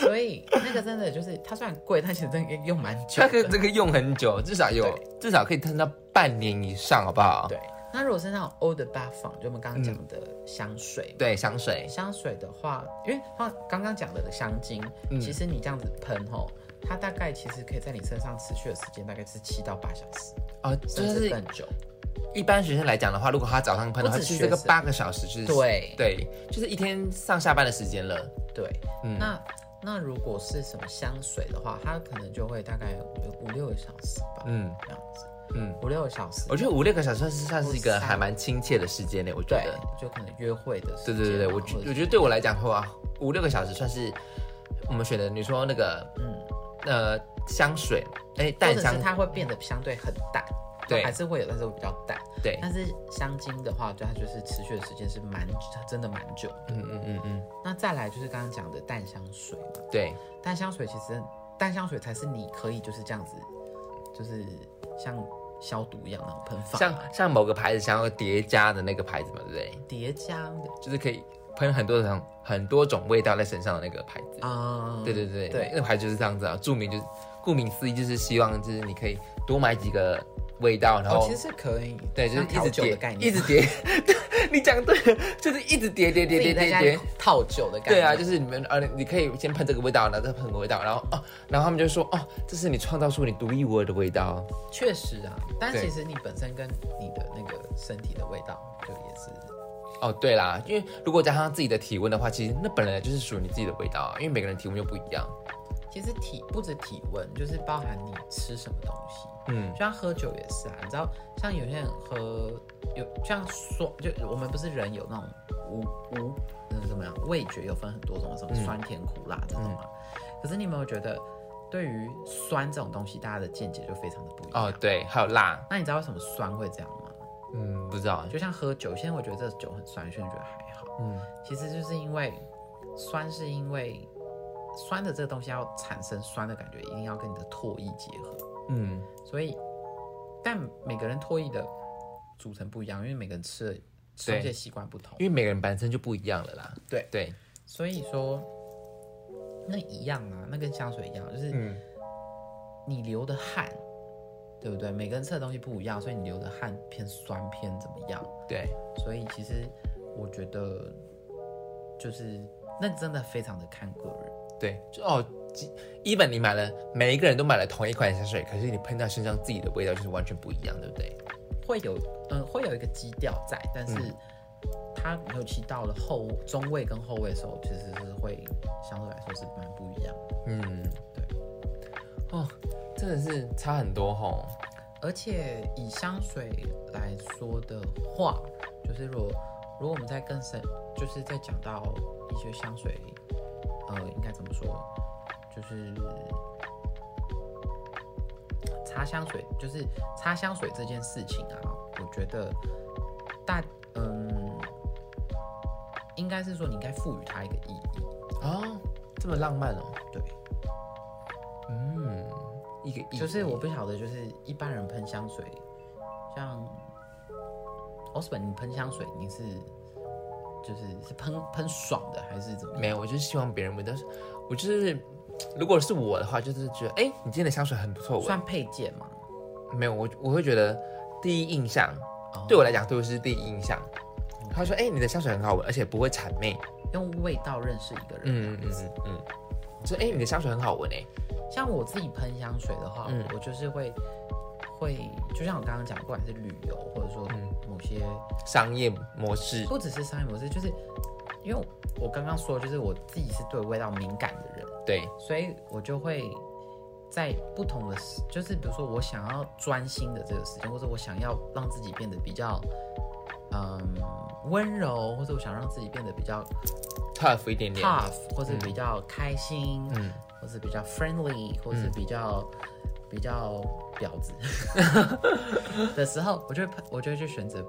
Speaker 2: 所以那个真的就是，它虽然贵，但其实真的用蛮久
Speaker 1: 那个
Speaker 2: 的。
Speaker 1: 这个用很久，至少有至少可以撑到半年以上，好不好？
Speaker 2: 对，那如果是那种 old bath 就我们刚刚讲的香水，
Speaker 1: 对，香水
Speaker 2: 香水的话，因为它刚刚讲的的香精，
Speaker 1: 嗯
Speaker 2: 其实你这样子喷吼，它大概其实可以在你身上持续的时间大概是七到八小时，
Speaker 1: 哦，就
Speaker 2: 甚至
Speaker 1: 是
Speaker 2: 更久。
Speaker 1: 一般学生来讲的话，如果他早上喷的话，
Speaker 2: 不止
Speaker 1: 其实
Speaker 2: 学
Speaker 1: 这个
Speaker 2: 生
Speaker 1: 八个小时就是
Speaker 2: 对
Speaker 1: 对，就是一天上下班的时间了。
Speaker 2: 对，
Speaker 1: 嗯
Speaker 2: 那那如果是什么香水的话，它可能就会大概有五六个小时吧，
Speaker 1: 嗯，
Speaker 2: 这样子，
Speaker 1: 嗯，
Speaker 2: 五六个小时
Speaker 1: 我，觉得五六个小时算是算是一个
Speaker 2: 我
Speaker 1: 还蛮亲切的时间内，我觉
Speaker 2: 对
Speaker 1: 得。，
Speaker 2: 就可能约会的时
Speaker 1: 对
Speaker 2: 间啊，
Speaker 1: 对对对，我觉
Speaker 2: 或者
Speaker 1: 我觉得对我来讲的话，五六个小时算是我们选的。你说那个，嗯，呃，香水，哎，
Speaker 2: 或
Speaker 1: 淡
Speaker 2: 者
Speaker 1: 香
Speaker 2: 是，它会变得相对很淡，
Speaker 1: 对
Speaker 2: 还是会有，但是会比较淡。
Speaker 1: 对，
Speaker 2: 但是香精的话，就它就是持续的时间是蛮真的蛮久的。
Speaker 1: 嗯嗯嗯嗯，
Speaker 2: 那再来就是刚刚讲的淡香水嘛，
Speaker 1: 对，
Speaker 2: 淡香水其实淡香水才是你可以就是这样子，就是像消毒一样那种喷法，
Speaker 1: 像像某个牌子想要叠加的那个牌子嘛，对不对？
Speaker 2: 叠加的
Speaker 1: 就是可以喷很多种很多种味道在身上的那个牌子。
Speaker 2: 啊、
Speaker 1: 对对对
Speaker 2: 对
Speaker 1: 那个牌子就是这样子啊，著名就是顾名思义就是希望就是你可以多买几个味道，然
Speaker 2: 哦，
Speaker 1: 后
Speaker 2: 其实是可以，
Speaker 1: 对，就是
Speaker 2: 像调
Speaker 1: 一直
Speaker 2: 酒的
Speaker 1: 叠
Speaker 2: 概，念，
Speaker 1: 一 直叠。你讲对 了，就是一直叠叠叠
Speaker 2: 自
Speaker 1: 叠
Speaker 2: 己在
Speaker 1: 叠
Speaker 2: 家
Speaker 1: 叠。
Speaker 2: 套酒的概
Speaker 1: 对
Speaker 2: 念。
Speaker 1: 啊，就是你们呃，你可以先喷这个味道，然后再喷个味道，然后哦，然后他们就说哦，这是你创造出你独一无二的味道。
Speaker 2: 确实啊，但
Speaker 1: 对
Speaker 2: 其实你本身跟你的那个身体的味道就也是，
Speaker 1: 哦，对啦，因为如果加上自己的体温的话，其实那本来就是属于你自己的味道啊，因为每个人体温又不一样。
Speaker 2: 其实体不止体温，就是包含你吃什么东西。
Speaker 1: 嗯
Speaker 2: 就像喝酒也是啊，你知道，像有些人喝有像酸，就我们不是人有那种无无嗯怎么样，味觉有分很多种，什
Speaker 1: 嗯
Speaker 2: 么酸甜苦辣这种嘛。可是你有没有觉得，对于酸这种东西，大家的见解就非常的不一样？
Speaker 1: 哦，对，还有辣，
Speaker 2: 那你知道为什么酸会这样吗？
Speaker 1: 嗯，不知道，
Speaker 2: 就像喝酒，有些人会觉得这酒很酸，有些人觉得还好。
Speaker 1: 嗯，
Speaker 2: 其实就是因为酸是因为酸的这个东西要产生酸的感觉，一定要跟你的唾液结合。
Speaker 1: 嗯，
Speaker 2: 所以，但每个人唾液的组成不一样，因为每个人吃的吃东西的习惯不同
Speaker 1: 因，为每个人本身就不一样了啦。
Speaker 2: 对
Speaker 1: 对，
Speaker 2: 所以说那一样啊，那跟香水一样，就是
Speaker 1: 嗯，
Speaker 2: 你流的汗，对不对？每个人吃的东西不一样，所以你流的汗偏酸偏怎么样？
Speaker 1: 对，
Speaker 2: 所以其实我觉得就是那真的非常的看个人。
Speaker 1: 对，就哦，一本你买了，每一个人都买了同一款香水，可是你喷到身上自己的味道就是完全不一样，对不对？
Speaker 2: 会有嗯会有一个基调在，但是
Speaker 1: 嗯
Speaker 2: 它尤其到了后中位跟后位的时候，其实是会相对来说是蛮不一样的。
Speaker 1: 嗯，
Speaker 2: 对，
Speaker 1: 哦，真的是差很多吼。
Speaker 2: 而且以香水来说的话，就是如果如果我们在更深，就是在讲到一些香水，呃，应该怎么说，就是擦香水，就是擦香水这件事情啊，我觉得大嗯，应该是说你应该赋予它一个意义，
Speaker 1: 哦，这么浪漫哦。
Speaker 2: 对，
Speaker 1: 嗯，一个意义
Speaker 2: 就是我不晓得，就是一般人喷香水，像 Osman，你喷香水你是就是是喷喷爽的还是怎么样？
Speaker 1: 没有，我就是希望别人闻到，我就是如果是我的话，就是觉得哎、诶你今天的香水很不错闻。
Speaker 2: 算配件嘛？
Speaker 1: 没有，我我会觉得第一印象、
Speaker 2: 哦
Speaker 1: 对我来讲都是第一印象。他说：“哎、你的香水很好闻，而且不会谄媚。
Speaker 2: 用味道认识一个人。啊
Speaker 1: 嗯”嗯嗯嗯，就哎、你的香水很好闻哎、
Speaker 2: 像我自己喷香水的话，
Speaker 1: 嗯
Speaker 2: 我就是会会，就像我刚刚讲，不管是旅游或者说
Speaker 1: 嗯
Speaker 2: 某些，
Speaker 1: 商业模式
Speaker 2: 不只是商业模式，就是因为我我刚刚说，就是我自己是对味道敏感的人。
Speaker 1: 对，
Speaker 2: 所以我就会在不同的时，就是比如说我想要专心的这个时间，或者我想要让自己变得比较，嗯，温柔，或者我想让自己变得比较
Speaker 1: tough 一点点。
Speaker 2: tough，或者比较开心，
Speaker 1: 嗯，
Speaker 2: 或是比较 friendly，或是比较、比较婊子 的时候，我就会我就会去选择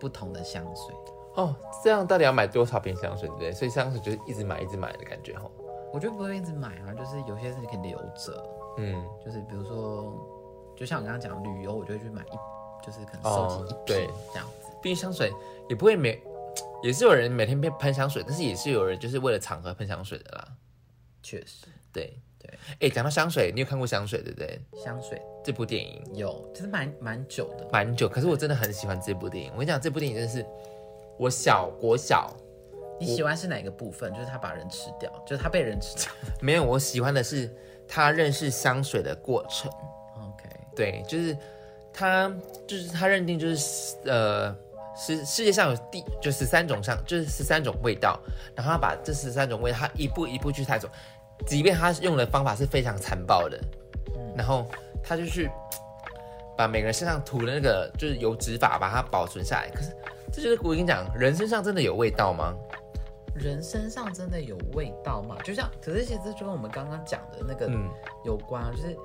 Speaker 2: 不同的香水。
Speaker 1: 哦，这样到底要买多少瓶香水，对不对？所以香水就是一直买，一直买的感觉吼。
Speaker 2: 我就不会一直买啊，就是有些是可以留着，
Speaker 1: 嗯，
Speaker 2: 就是比如说，就像我刚刚讲旅游，我就会去买一，就是可能收集一
Speaker 1: 哦
Speaker 2: 批
Speaker 1: 对
Speaker 2: 这样子。
Speaker 1: 毕竟香水也不会每，也是有人每天喷喷香水，但是也是有人就是为了场合喷香水的啦。
Speaker 2: 确实，
Speaker 1: 对
Speaker 2: 对，
Speaker 1: 哎、讲到香水，你有看过香水对不对？
Speaker 2: 香水
Speaker 1: 这部电影
Speaker 2: 有，其实蛮蛮久的。
Speaker 1: 蛮久，可是我真的很喜欢这部电影。我跟你讲，这部电影真的是我小国小
Speaker 2: 你喜欢是哪个部分？就是他把人吃掉，就是他被人吃 掉。
Speaker 1: 没有我喜欢的是他认识香水的过程。
Speaker 2: OK，
Speaker 1: 对，就是他就是他认定就是呃。世世界上有第就十三种香，就是十三种味道，然后他把这十三种味道，他一步一步去探索，即便他用的方法是非常残暴的，然后他就去把每个人身上涂的那个就是油脂法把它保存下来。可是这就是我跟你讲，人身上真的有味道吗？
Speaker 2: 人身上真的有味道吗？就像，可是其实就跟我们刚刚讲的那个
Speaker 1: 嗯
Speaker 2: 有关啊，就是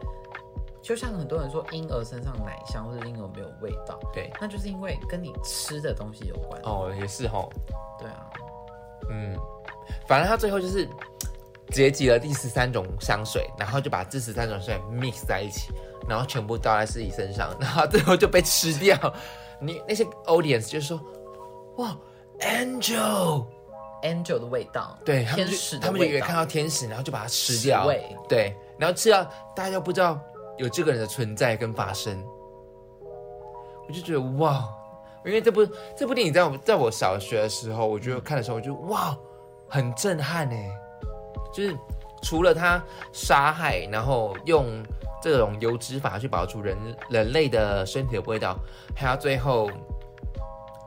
Speaker 2: 就像很多人说婴儿身上奶香或者婴儿没有味道，
Speaker 1: 对，
Speaker 2: 那就是因为跟你吃的东西有关。
Speaker 1: 哦，也是吼，
Speaker 2: 对啊，
Speaker 1: 嗯，反正他最后就是结集了第十三种香水，然后就把这十三种香水 mix 在一起，然后全部倒在自己身上，然后最后就被吃掉。你那些 audience 就说：“哇，Angel，
Speaker 2: angel 的味道，
Speaker 1: 对他们
Speaker 2: 天
Speaker 1: 就
Speaker 2: 使
Speaker 1: 他
Speaker 2: 的
Speaker 1: 们就以
Speaker 2: 味
Speaker 1: 为
Speaker 2: 道，
Speaker 1: 看到天使，然后就把它吃
Speaker 2: 屎
Speaker 1: 掉
Speaker 2: 味，
Speaker 1: 对，然后吃掉大家又不知道有这个人的存在跟发生，我就觉得哇，因为这部这部电影在我在我小学的时候，我就看的时候，我就哇，很震撼哎，就是除了他杀害，然后用这种油脂法去保住人人类的身体的味道，还有最后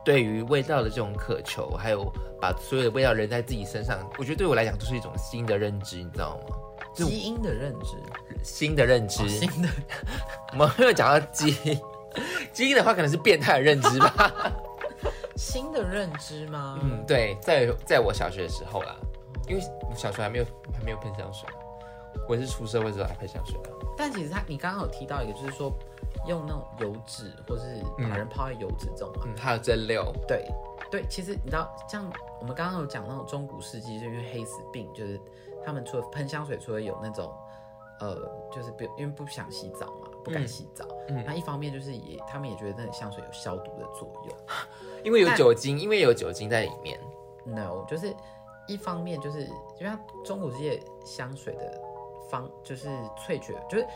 Speaker 1: 对于味道的这种渴求，还有把所有的味道扔在自己身上，我觉得对我来讲就是一种新的认知，你知道吗？就
Speaker 2: 基因的认知，
Speaker 1: 新的认知，
Speaker 2: 哦新的
Speaker 1: 我们没有讲到基 因，基因的话可能是变态的认知 吧。
Speaker 2: 新的认知吗？
Speaker 1: 嗯，对，在在我小学的时候啦，因为我小学还没有还没有喷香水，我是出社会之后才喷香水的。
Speaker 2: 但其实他，你刚刚有提到一个，就是说用那种油脂，或是把人泡在油脂中嘛。
Speaker 1: 嗯，还有蒸馏，
Speaker 2: 对对，其实你知道，像我们刚刚有讲那种中古世纪，就因为黑死病，就是他们除了喷香水，除了有那种呃，就是不因为不想洗澡嘛，不敢洗澡。
Speaker 1: 嗯
Speaker 2: 那一方面就是也，他们也觉得那个香水有消毒的作用。
Speaker 1: 因为有
Speaker 2: 但
Speaker 1: 酒精，因为有酒精在里面。
Speaker 2: No，就是一方面就是因为它中古世界香水的方就是萃取，就是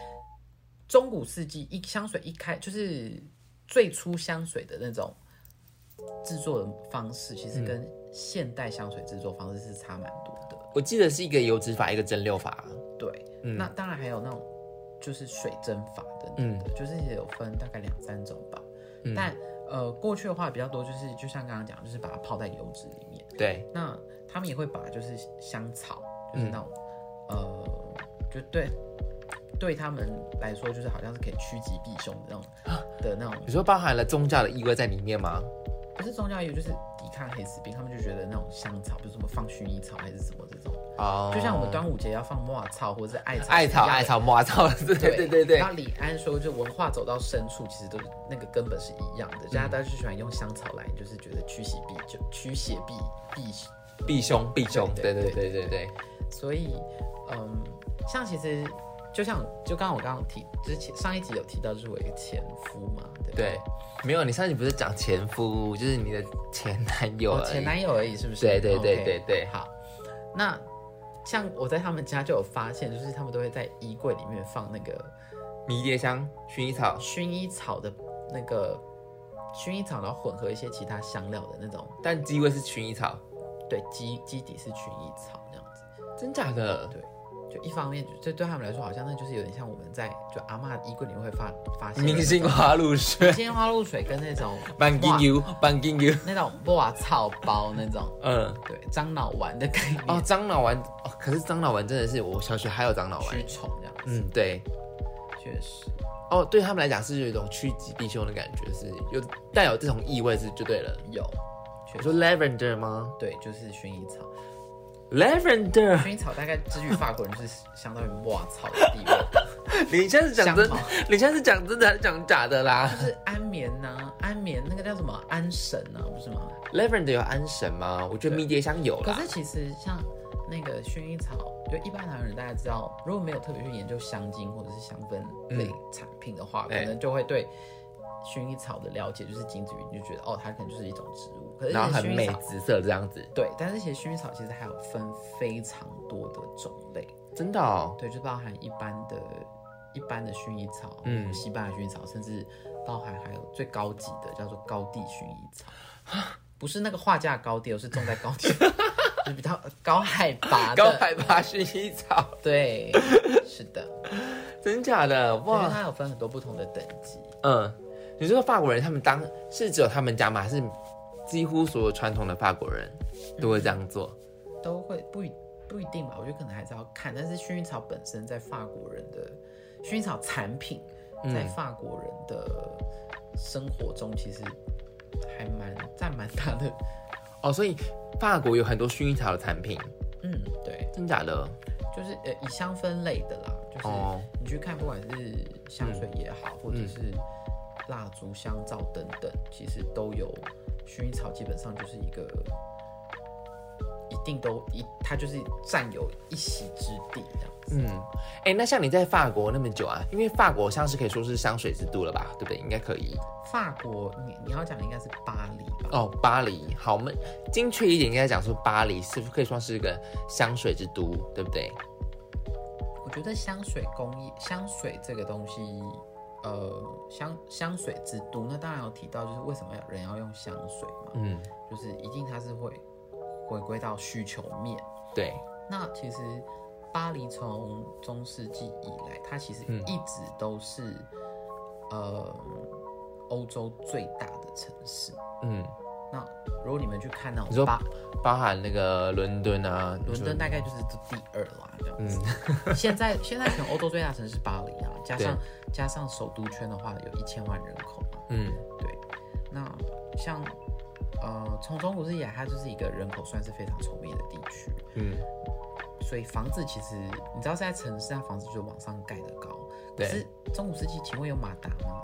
Speaker 2: 中古世纪一香水一开就是最初香水的那种制作的方式，其实
Speaker 1: 嗯
Speaker 2: 跟现代香水制作方式是差蛮多的。
Speaker 1: 我记得是一个油脂法，一个蒸馏法。
Speaker 2: 对，
Speaker 1: 嗯
Speaker 2: 那当然还有那种就是水蒸法等等的，就是也有分大概两三种吧。
Speaker 1: 嗯
Speaker 2: 但呃，过去的话比较多，就是就像刚刚讲，就是把它泡在油脂里面。
Speaker 1: 对，
Speaker 2: 那他们也会把就是香草，就是那种、
Speaker 1: 嗯
Speaker 2: 呃，就对对他们来说，就是好像是可以趋吉避凶的那种
Speaker 1: 啊
Speaker 2: 的那种，
Speaker 1: 你说包含了宗教的意味在里面吗？
Speaker 2: 不是宗教意义，就是抵抗黑死病。他们就觉得那种香草，比如什么放薰衣草还是什么这种，
Speaker 1: 哦，
Speaker 2: 就像我们端午节要放茉草或者是艾草
Speaker 1: 艾
Speaker 2: 是一
Speaker 1: 草、
Speaker 2: 样的
Speaker 1: 艾。草、抹草，对
Speaker 2: 对
Speaker 1: 对对对
Speaker 2: 然，后李安说，就文化走到深处，其实都是那个根本是一样的。大家都是喜欢用香草来，就是觉得驱邪避就驱邪避避
Speaker 1: 避凶避凶，对
Speaker 2: 对
Speaker 1: 对
Speaker 2: 对
Speaker 1: 对对对，
Speaker 2: 所以，嗯，像其实就像就刚刚我刚刚提之前上一集有提到，就是我一个前夫嘛，对不
Speaker 1: 对，没有，你上次不是讲前夫，就是你的前男友
Speaker 2: 我
Speaker 1: 而已，
Speaker 2: 哦前男友而已，是不是？
Speaker 1: 对对对
Speaker 2: OK，
Speaker 1: 对对
Speaker 2: 好，那像我在他们家就有发现，就是他们都会在衣柜里面放那个
Speaker 1: 迷迭香、薰衣草，
Speaker 2: 薰衣草的那个薰衣草，然后混合一些其他香料的那种，
Speaker 1: 但鸡味是薰衣草，
Speaker 2: 对基基底是薰衣草这样子。
Speaker 1: 真假的？
Speaker 2: 就一方面，就这对他们来说，好像那就是有点像我们在就阿嬷衣柜里面会发发现的
Speaker 1: 明
Speaker 2: 那
Speaker 1: 星
Speaker 2: 种
Speaker 1: 花露水，
Speaker 2: 鲜花露水跟 那种
Speaker 1: 板金油，板金油，
Speaker 2: 那种哇草包那种，
Speaker 1: 嗯，
Speaker 2: 对，樟脑丸的概念，
Speaker 1: 哦，樟脑丸、哦，可是樟脑丸真的是我小学还有樟脑丸，
Speaker 2: 驱虫这样子，
Speaker 1: 嗯，对，
Speaker 2: 确实，
Speaker 1: 哦，对他们来讲是有一种趋吉避凶的感觉，是有带有这种意味是就对了。
Speaker 2: 有，
Speaker 1: 你说 lavender 吗
Speaker 2: 对，就是薰衣草，
Speaker 1: ？lavender，
Speaker 2: 薰衣草大概之于法国人就是相当于哇草的地 位，
Speaker 1: 你现在是讲
Speaker 2: 香
Speaker 1: 真
Speaker 2: 茅，
Speaker 1: 你现在是讲真的还是讲假的啦
Speaker 2: 就是安眠呐、安眠那个叫什么安神呐、不是
Speaker 1: 啊
Speaker 2: 吗？
Speaker 1: ？lavender 有安神吗？我觉得
Speaker 2: 对
Speaker 1: 迷迭香有
Speaker 2: 可
Speaker 1: 啦。
Speaker 2: 是其实像那个薰衣草，就一般台湾人大家知道，如果没有特别去研究香精或者是香氛类产品的话，
Speaker 1: 对
Speaker 2: 可能就会对薰衣草的了解就是仅止于你就觉得哦，它可能就是一种植物。可是其
Speaker 1: 然后
Speaker 2: 实
Speaker 1: 很
Speaker 2: 薰衣
Speaker 1: 美
Speaker 2: 草，
Speaker 1: 紫色这样子，
Speaker 2: 对，但是其实薰衣草其实还有分非常多的种类，
Speaker 1: 真的哦。
Speaker 2: 对，就包含一般的、一般的薰衣草，
Speaker 1: 嗯
Speaker 2: 嗯，西班牙薰衣草，甚至包含还有最高级的叫做高地薰衣草，
Speaker 1: 啊
Speaker 2: 不是那个画架高地哦，而是种在高 地，就是比较高海拔的。
Speaker 1: 高海拔薰衣草，
Speaker 2: 对，是的，
Speaker 1: 真假的
Speaker 2: 因为
Speaker 1: 哇？
Speaker 2: 它有分很多不同的等级。
Speaker 1: 嗯，你说法国人他们当是只有他们家吗？还是几乎所有传统的法国人都会这样做？
Speaker 2: 都会不一不一定吧，我觉得可能还是要看。但是薰衣草本身在法国人的薰衣草产品，在法国人的生活中其实还蛮占蛮大的。
Speaker 1: 哦，所以法国有很多薰衣草的产品，
Speaker 2: 嗯，对，
Speaker 1: 真假的？
Speaker 2: 就是呃以香氛类的啦，就是
Speaker 1: 哦
Speaker 2: 你去看，不管是香水也好，或者是蜡烛、香皂等等，其实都有薰衣草，基本上就是一个一定都一，它就是占有一席之地这样子。
Speaker 1: 嗯，哎、那像你在法国那么久啊，因为法国像是可以说是香水之都了吧，对不对？应该可以。
Speaker 2: 法国，你你要讲的应该是巴黎吧？
Speaker 1: 哦，巴黎，好，我们精确一点应该讲说巴黎是不是可以算是一个香水之都，对不对？
Speaker 2: 我觉得香水工艺，香水这个东西，呃，香香水之都，那当然有提到就是为什么人要用香水嘛，
Speaker 1: 嗯，
Speaker 2: 就是一定它是会回归到需求面。
Speaker 1: 对，
Speaker 2: 那其实巴黎从中世纪以来，它其
Speaker 1: 嗯
Speaker 2: 实一直都是、呃欧洲最大的城市。
Speaker 1: 嗯，
Speaker 2: 那如果你们去看那
Speaker 1: 你说
Speaker 2: 种巴
Speaker 1: 包含那个伦敦啊，
Speaker 2: 伦敦大概就是第二啦，这样子。 现在现在全欧洲最大城市巴黎啊，加上加上首都圈的话，有一千万人口嘛。
Speaker 1: 嗯，
Speaker 2: 对，那像呃，从中古世纪以来，它就是一个人口算是非常稠密的地区，
Speaker 1: 嗯
Speaker 2: 所以房子其实你知道，在城市上房子就是往上盖的高。可
Speaker 1: 对
Speaker 2: 是中古世纪，请问有马达吗？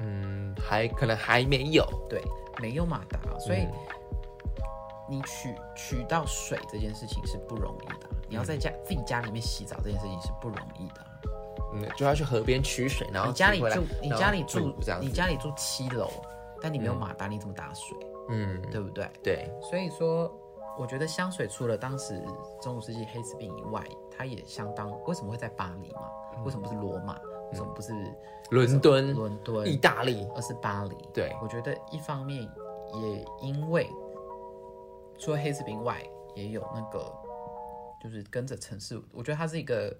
Speaker 1: 嗯，还可能还没有，
Speaker 2: 对，没有马达，所以
Speaker 1: 嗯
Speaker 2: 你取取到水这件事情是不容易的。啊你要在家、自己家里面洗澡这件事情是不容易的。啊
Speaker 1: 嗯，就要去河边取水，然后
Speaker 2: 你家里
Speaker 1: 自己回来
Speaker 2: 住，你
Speaker 1: 然后
Speaker 2: 家里
Speaker 1: 煮
Speaker 2: 住
Speaker 1: 这，样
Speaker 2: 你
Speaker 1: 子，
Speaker 2: 家里住七楼，但你没有马达，你怎么打水？
Speaker 1: 嗯，
Speaker 2: 对不对？
Speaker 1: 对，
Speaker 2: 所以说，我觉得香水除了当时中古世纪黑死病以外，它也相当为什么会在巴黎嘛？
Speaker 1: 嗯
Speaker 2: 为什么不是罗马？为什么不是
Speaker 1: 伦敦、
Speaker 2: 伦敦？
Speaker 1: 意大利，
Speaker 2: 而是巴黎。
Speaker 1: 对
Speaker 2: 我觉得一方面也因为除了黑死病外，也有那个就是跟着城市，我觉得它是一个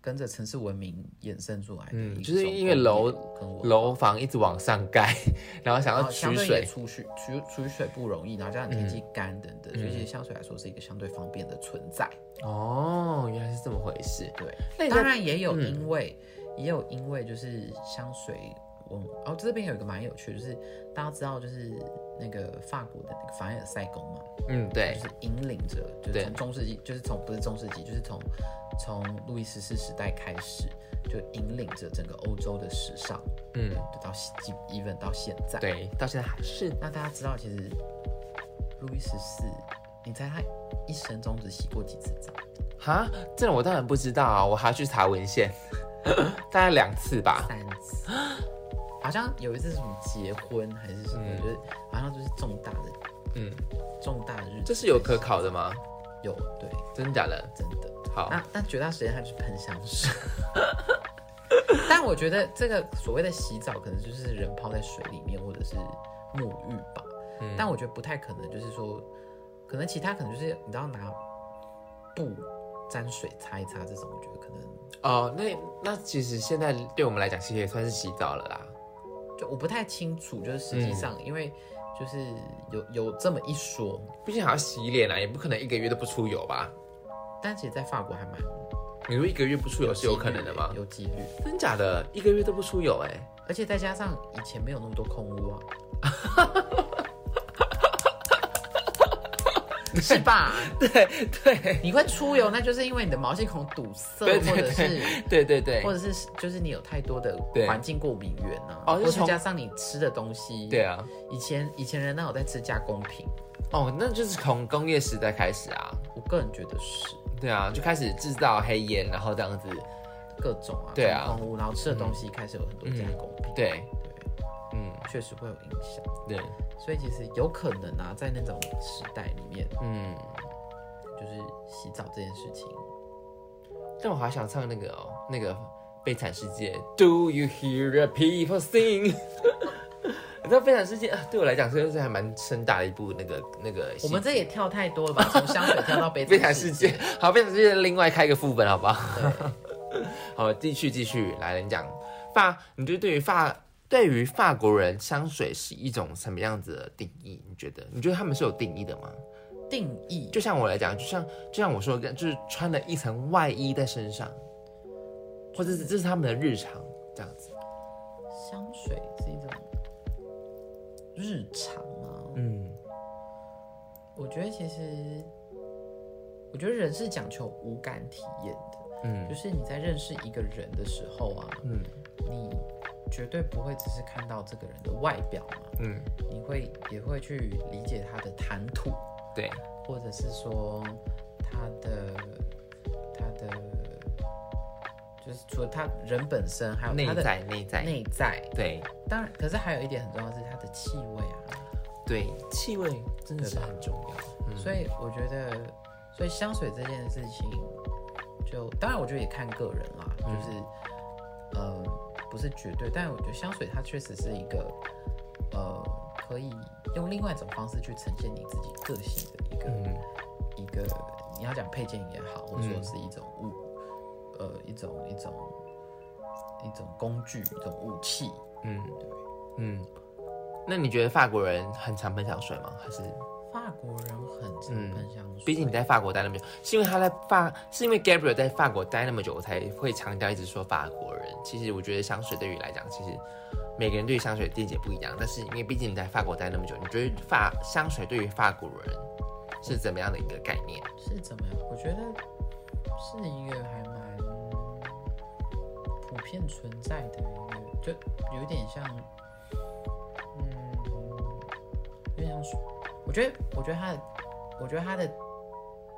Speaker 2: 跟着城市文明衍生出来的一
Speaker 1: 嗯，
Speaker 2: 种工业跟文化，
Speaker 1: 就是因为楼楼房一直往上盖， 然后想
Speaker 2: 然
Speaker 1: 要
Speaker 2: 后哦相
Speaker 1: 取
Speaker 2: 对也
Speaker 1: 水，嗯
Speaker 2: 储水取取水不容易，然后加上天气干等等，所以其实香水来说是一个相对方便的存在。
Speaker 1: 哦，原来是这么回事，
Speaker 2: 对，
Speaker 1: 那你在嗯
Speaker 2: 当然也有因为、也有因为就是香水文哦，这边有一个蛮有趣的，就是大家知道就是那个法国的那个凡尔赛宫嘛，
Speaker 1: 嗯，对
Speaker 2: 就，是引领着，就是
Speaker 1: 对
Speaker 2: 从中世纪，就是从不是中世纪，就是从从路易十四时代开始，就引领着整个欧洲的时尚，
Speaker 1: 嗯，
Speaker 2: 就到现 even 到现在。，
Speaker 1: 对，到现在还是
Speaker 2: 那大家知道，其实路易十四，你猜他一生中只洗过几次澡？
Speaker 1: 哈，这我当然不知道啊，我还要去查文献， 大概两次吧。
Speaker 2: 三次， 好像有一次什么结婚还是什么，
Speaker 1: 嗯
Speaker 2: 就是好像就是重大的
Speaker 1: 嗯，
Speaker 2: 重大的日子，
Speaker 1: 这是有可考的吗？
Speaker 2: 有对，
Speaker 1: 真的假的？
Speaker 2: 真的。
Speaker 1: 好，
Speaker 2: 那啊那绝大时间他就是喷香水。 但我觉得这个所谓的洗澡，可能就是人泡在水里面，或者是沐浴吧。
Speaker 1: 嗯
Speaker 2: 但我觉得不太可能，就是说，可能其他可能就是你知道拿布沾水擦一擦这种，我觉得可能
Speaker 1: 哦，那那其实现在对我们来讲，其实也算是洗澡了啦。
Speaker 2: 就我不太清楚，就是实
Speaker 1: 嗯
Speaker 2: 际上、因为就是有有这么一说，
Speaker 1: 毕竟还要洗脸啊，也不可能一个月都不出油吧？
Speaker 2: 但其实在法国还蛮
Speaker 1: 你说一个月不出油是有可能的吗？
Speaker 2: 有几率，
Speaker 1: 真假的，一个月都不出油哎、
Speaker 2: 而且再加上以前没有那么多空 屋啊，是吧？
Speaker 1: 对对
Speaker 2: 你会出油，那就是因为你的毛细孔堵塞，
Speaker 1: 对对
Speaker 2: 或者是
Speaker 1: 对对对
Speaker 2: 或，者是就是你有太多的
Speaker 1: 对
Speaker 2: 环境过敏源呢、
Speaker 1: 哦
Speaker 2: 啊，
Speaker 1: 就是
Speaker 2: 或是
Speaker 1: 从
Speaker 2: 加上你吃的东西，
Speaker 1: 对，啊，
Speaker 2: 以前以前人那有在吃加工品，
Speaker 1: 哦，那就是从工业时代开始啊。
Speaker 2: 我个人觉得是
Speaker 1: 对啊，就开始制造黑烟，然后这样子。
Speaker 2: 各种啊，
Speaker 1: 对啊
Speaker 2: 空污，然后吃的东西开始有很多加工品，
Speaker 1: 对，
Speaker 2: 对，
Speaker 1: 嗯，
Speaker 2: 确实会有影响，
Speaker 1: 对，
Speaker 2: 所以其实有可能啊，在那种时代里面，
Speaker 1: 嗯。
Speaker 2: 就是洗澡这件事情。
Speaker 1: 但我好想唱那个哦，那个《悲惨世界》，Do you hear the people sing？你知道《悲惨世界》啊，对我来讲，真的是还蛮盛大的一部那个那个戏。
Speaker 2: 我们这也跳太多 了吧？从香水跳到悲
Speaker 1: 《悲惨世
Speaker 2: 世
Speaker 1: 界
Speaker 2: 界，》
Speaker 1: 好，《悲惨世界》另外开一个副本，好不好？ 好，继续继续来人讲法，你就对于法对于法国人香水是一种什么样子的定义？你觉得？你觉得他们是有定义的吗？
Speaker 2: 定义
Speaker 1: 就像我来讲，就像就像我说的，就是穿了一层外衣在身上，或者是这是他们的日常这样子。
Speaker 2: 香水是一种日常啊。
Speaker 1: 嗯
Speaker 2: 我觉得其实，我觉得人是讲求无感体验的，就
Speaker 1: 嗯
Speaker 2: 是你在认识一个人的时候啊，
Speaker 1: 嗯
Speaker 2: 你绝对不会只是看到这个人的外表嘛，
Speaker 1: 嗯
Speaker 2: 你会也会去理解他的谈吐，
Speaker 1: 对，
Speaker 2: 或者是说他的他的，就是除了他人本身，还有
Speaker 1: 内
Speaker 2: 他的
Speaker 1: 在内在，
Speaker 2: 内在。
Speaker 1: 对
Speaker 2: 当然，可是还有一点很重要的是他的气味啊，
Speaker 1: 对，气味真的是
Speaker 2: 对吧
Speaker 1: 很重要。嗯，
Speaker 2: 所以我觉得，所以香水这件事情就，当然我觉得也看个人啦，就是呃不是绝对，但我觉得香水它确实是一个呃可以用另外一种方式去呈现你自己个性的一个、
Speaker 1: 嗯
Speaker 2: 一个，你要讲配件也好，或者说
Speaker 1: 嗯
Speaker 2: 是一种物，呃一种一种一种工具，一种武器，
Speaker 1: 嗯嗯，那你觉得法国人很常喷香水吗？还是
Speaker 2: 法国人很常
Speaker 1: 嗯
Speaker 2: 喷香水，
Speaker 1: 毕竟你在法国待那么久，是因为他在法，是因为 Gabriel 在法国待那么久，我才会强调一直说法国人。其实我觉得香水对于来讲，其实每个人对于香水的见解不一样，但是因为毕竟你在法国待那么久，你觉得法香水对于法国人是怎么样的一个概念？
Speaker 2: 是怎么样？我觉得是一个还蛮普遍存在的一个，就有点像，嗯，有点像漱，我觉得，我觉得它的，我觉得它的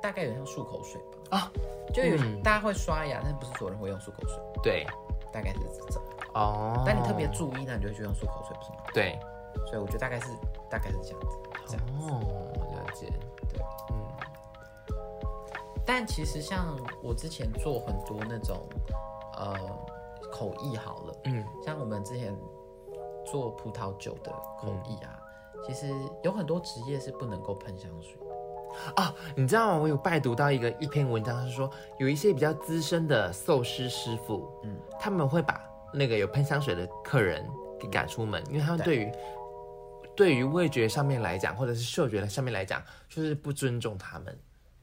Speaker 2: 大概有点像漱口水吧。
Speaker 1: 啊，
Speaker 2: 就有、
Speaker 1: 嗯
Speaker 2: 大家会刷牙，但是不是所有人会用漱口水，
Speaker 1: 对，
Speaker 2: 大概是这种。
Speaker 1: 哦，
Speaker 2: 但你特别注意呢，你就会去用漱口水，不是吗？
Speaker 1: 对，
Speaker 2: 所以我觉得大概是大概是这样子，这样。
Speaker 1: 哦，了解，
Speaker 2: 对，
Speaker 1: 嗯
Speaker 2: 但其实像我之前做很多那种呃口译好了，
Speaker 1: 嗯
Speaker 2: 像我们之前做葡萄酒的口
Speaker 1: 嗯
Speaker 2: 译啊，其实有很多职业是不能够喷香水的。
Speaker 1: 啊，你知道吗？我有拜读到一个一篇文章，是说有一些比较资深的寿司师傅，
Speaker 2: 嗯，
Speaker 1: 他们会把那个有喷香水的客人给赶出门，因为他们对于对于味觉上面来讲，或者是嗅觉上面来讲，就是不尊重他们。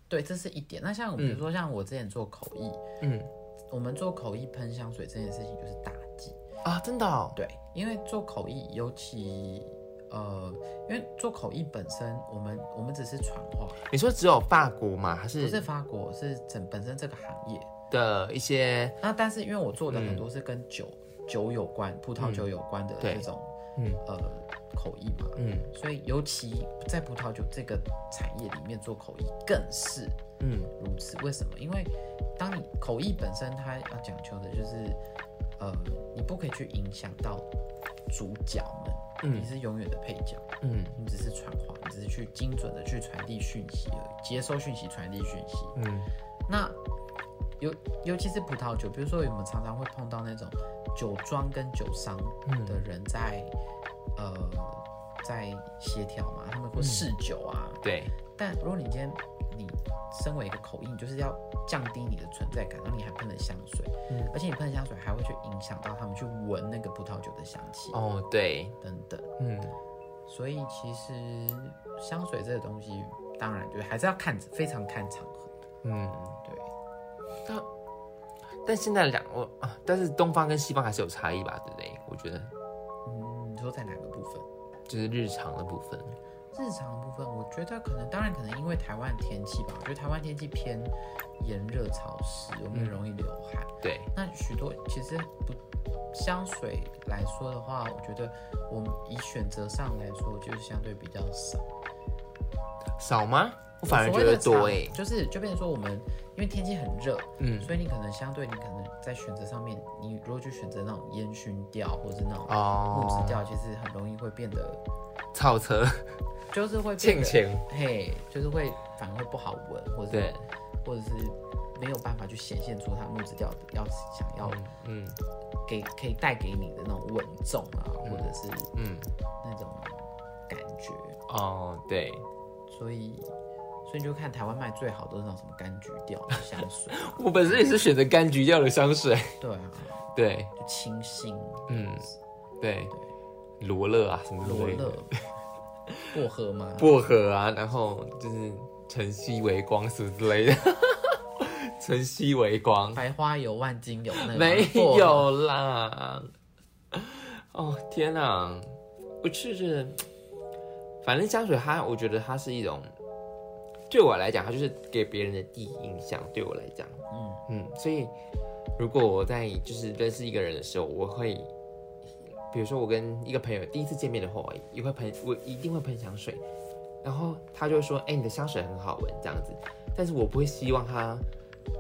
Speaker 2: 对，这是一点。那像比如说像我之前做口译，
Speaker 1: 嗯
Speaker 2: 我们做口译喷香水这件事情就是大忌。
Speaker 1: 啊，真的、哦，
Speaker 2: 对，因为做口译，尤其呃，因为做口译本身，我们我们只是传话，
Speaker 1: 你说只有法国吗？还
Speaker 2: 不
Speaker 1: 是
Speaker 2: 是法国，是整本身这个行业。
Speaker 1: 的一些
Speaker 2: 那但是因为我做的
Speaker 1: 嗯
Speaker 2: 很多是跟酒、酒有关，葡萄酒有关的
Speaker 1: 对
Speaker 2: 这种，
Speaker 1: 嗯
Speaker 2: 呃口译嘛，
Speaker 1: 嗯
Speaker 2: 所以尤其在葡萄酒这个产业里面做口译更是
Speaker 1: 嗯
Speaker 2: 如此。为什么？因为当你口译本身它要讲求的就是，呃，你不可以去影响到主角们，你
Speaker 1: 嗯
Speaker 2: 是永远的配角，
Speaker 1: 嗯
Speaker 2: 你只是传话，你只是去精准的去传递讯息而已，接收讯息，传递讯息，
Speaker 1: 嗯
Speaker 2: 那尤尤其是葡萄酒，比如说我们常常会碰到那种酒庄跟酒商
Speaker 1: 嗯
Speaker 2: 的人在、呃在协调嘛，他们
Speaker 1: 嗯
Speaker 2: 会试酒啊。
Speaker 1: 对，
Speaker 2: 但如果你今天你身为一个口音，你就是要降低你的存在感，然后你还喷了香水，
Speaker 1: 嗯
Speaker 2: 而且你喷香水还会去影响到他们去闻那个葡萄酒的香气、
Speaker 1: 哦对，
Speaker 2: 等等。
Speaker 1: 嗯
Speaker 2: 所以其实香水这个东西，当然就是还是要看非常看场合，
Speaker 1: 嗯。
Speaker 2: 对。
Speaker 1: 但现在两我啊，但是东方跟西方还是有差异吧，对不对？我觉得
Speaker 2: 嗯，你说在哪个部分？
Speaker 1: 就是日常的部分，
Speaker 2: 日常的部分，我觉得可能，当然可能因为台湾天气吧，我觉得台湾天气偏炎热潮湿，我
Speaker 1: 嗯
Speaker 2: 们容易流汗。
Speaker 1: 对，
Speaker 2: 那许多其实不香水来说的话，我觉得我们以选择上来说，就是相对比较少。
Speaker 1: 少吗？我反而觉
Speaker 2: 所谓
Speaker 1: 得
Speaker 2: 的
Speaker 1: 多欸
Speaker 2: 少
Speaker 1: 诶。
Speaker 2: 就是就变成说我们因为天气很热，
Speaker 1: 嗯，
Speaker 2: 所以你可能相对你可能在选择上面，你如果去选择那种烟熏调或是那种木质
Speaker 1: 哦，
Speaker 2: 调，其实很容易会变得，
Speaker 1: 草车
Speaker 2: 就是会变
Speaker 1: 欠
Speaker 2: 得
Speaker 1: 钱，
Speaker 2: 嘿，就是会反而会不好闻，或者
Speaker 1: 对
Speaker 2: 是，或者是没有办法去显现出它木质调的要想要
Speaker 1: 嗯
Speaker 2: 给可以带给你的那种稳重啊，或者是
Speaker 1: 嗯，
Speaker 2: 那种感觉，
Speaker 1: 哦，对，
Speaker 2: 所以所以你就看台湾卖最好都是那种什么柑橘调的香 水，
Speaker 1: 我本身也是选择柑橘调的香水，
Speaker 2: 对啊，
Speaker 1: 对，
Speaker 2: 就清新，
Speaker 1: 嗯，对，
Speaker 2: 对，
Speaker 1: 罗勒啊什么之
Speaker 2: 罗
Speaker 1: 类的
Speaker 2: 勒，薄荷吗？
Speaker 1: 薄荷啊，然后就是晨曦微光什么之类的， 晨曦微光，
Speaker 2: 白花油、万金油那个吗
Speaker 1: 没
Speaker 2: 薄荷
Speaker 1: 有啦。 哦天哪，我就是，反正香水它，我觉得它是一种，对我来讲，它就是给别人的第一印象。对我来讲，
Speaker 2: 嗯
Speaker 1: 嗯，所以如果我在就是认识一个人的时候，我会，比如说我跟一个朋友第一次见面的话，我也会喷，我一定会喷香水。然后他就会说，哎、你的香水很好闻这样子，但是我不会希望他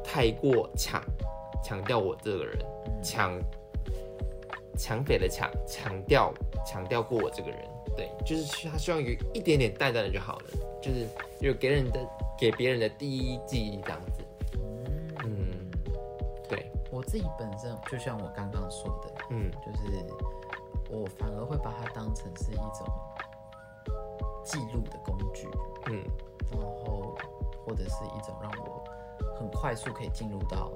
Speaker 1: 太过强强调我这个人，强抢匪的抢强调强调过我这个人，对，就是需他希望有一点点淡淡的就好了，就是有给人的给别人的第一记忆这样子，嗯，对，
Speaker 2: 我自己本身就像我刚刚说的，
Speaker 1: 嗯
Speaker 2: 就是我反而会把它当成是一种记录的工具，
Speaker 1: 嗯
Speaker 2: 然后或者是一种让我很快速可以进入到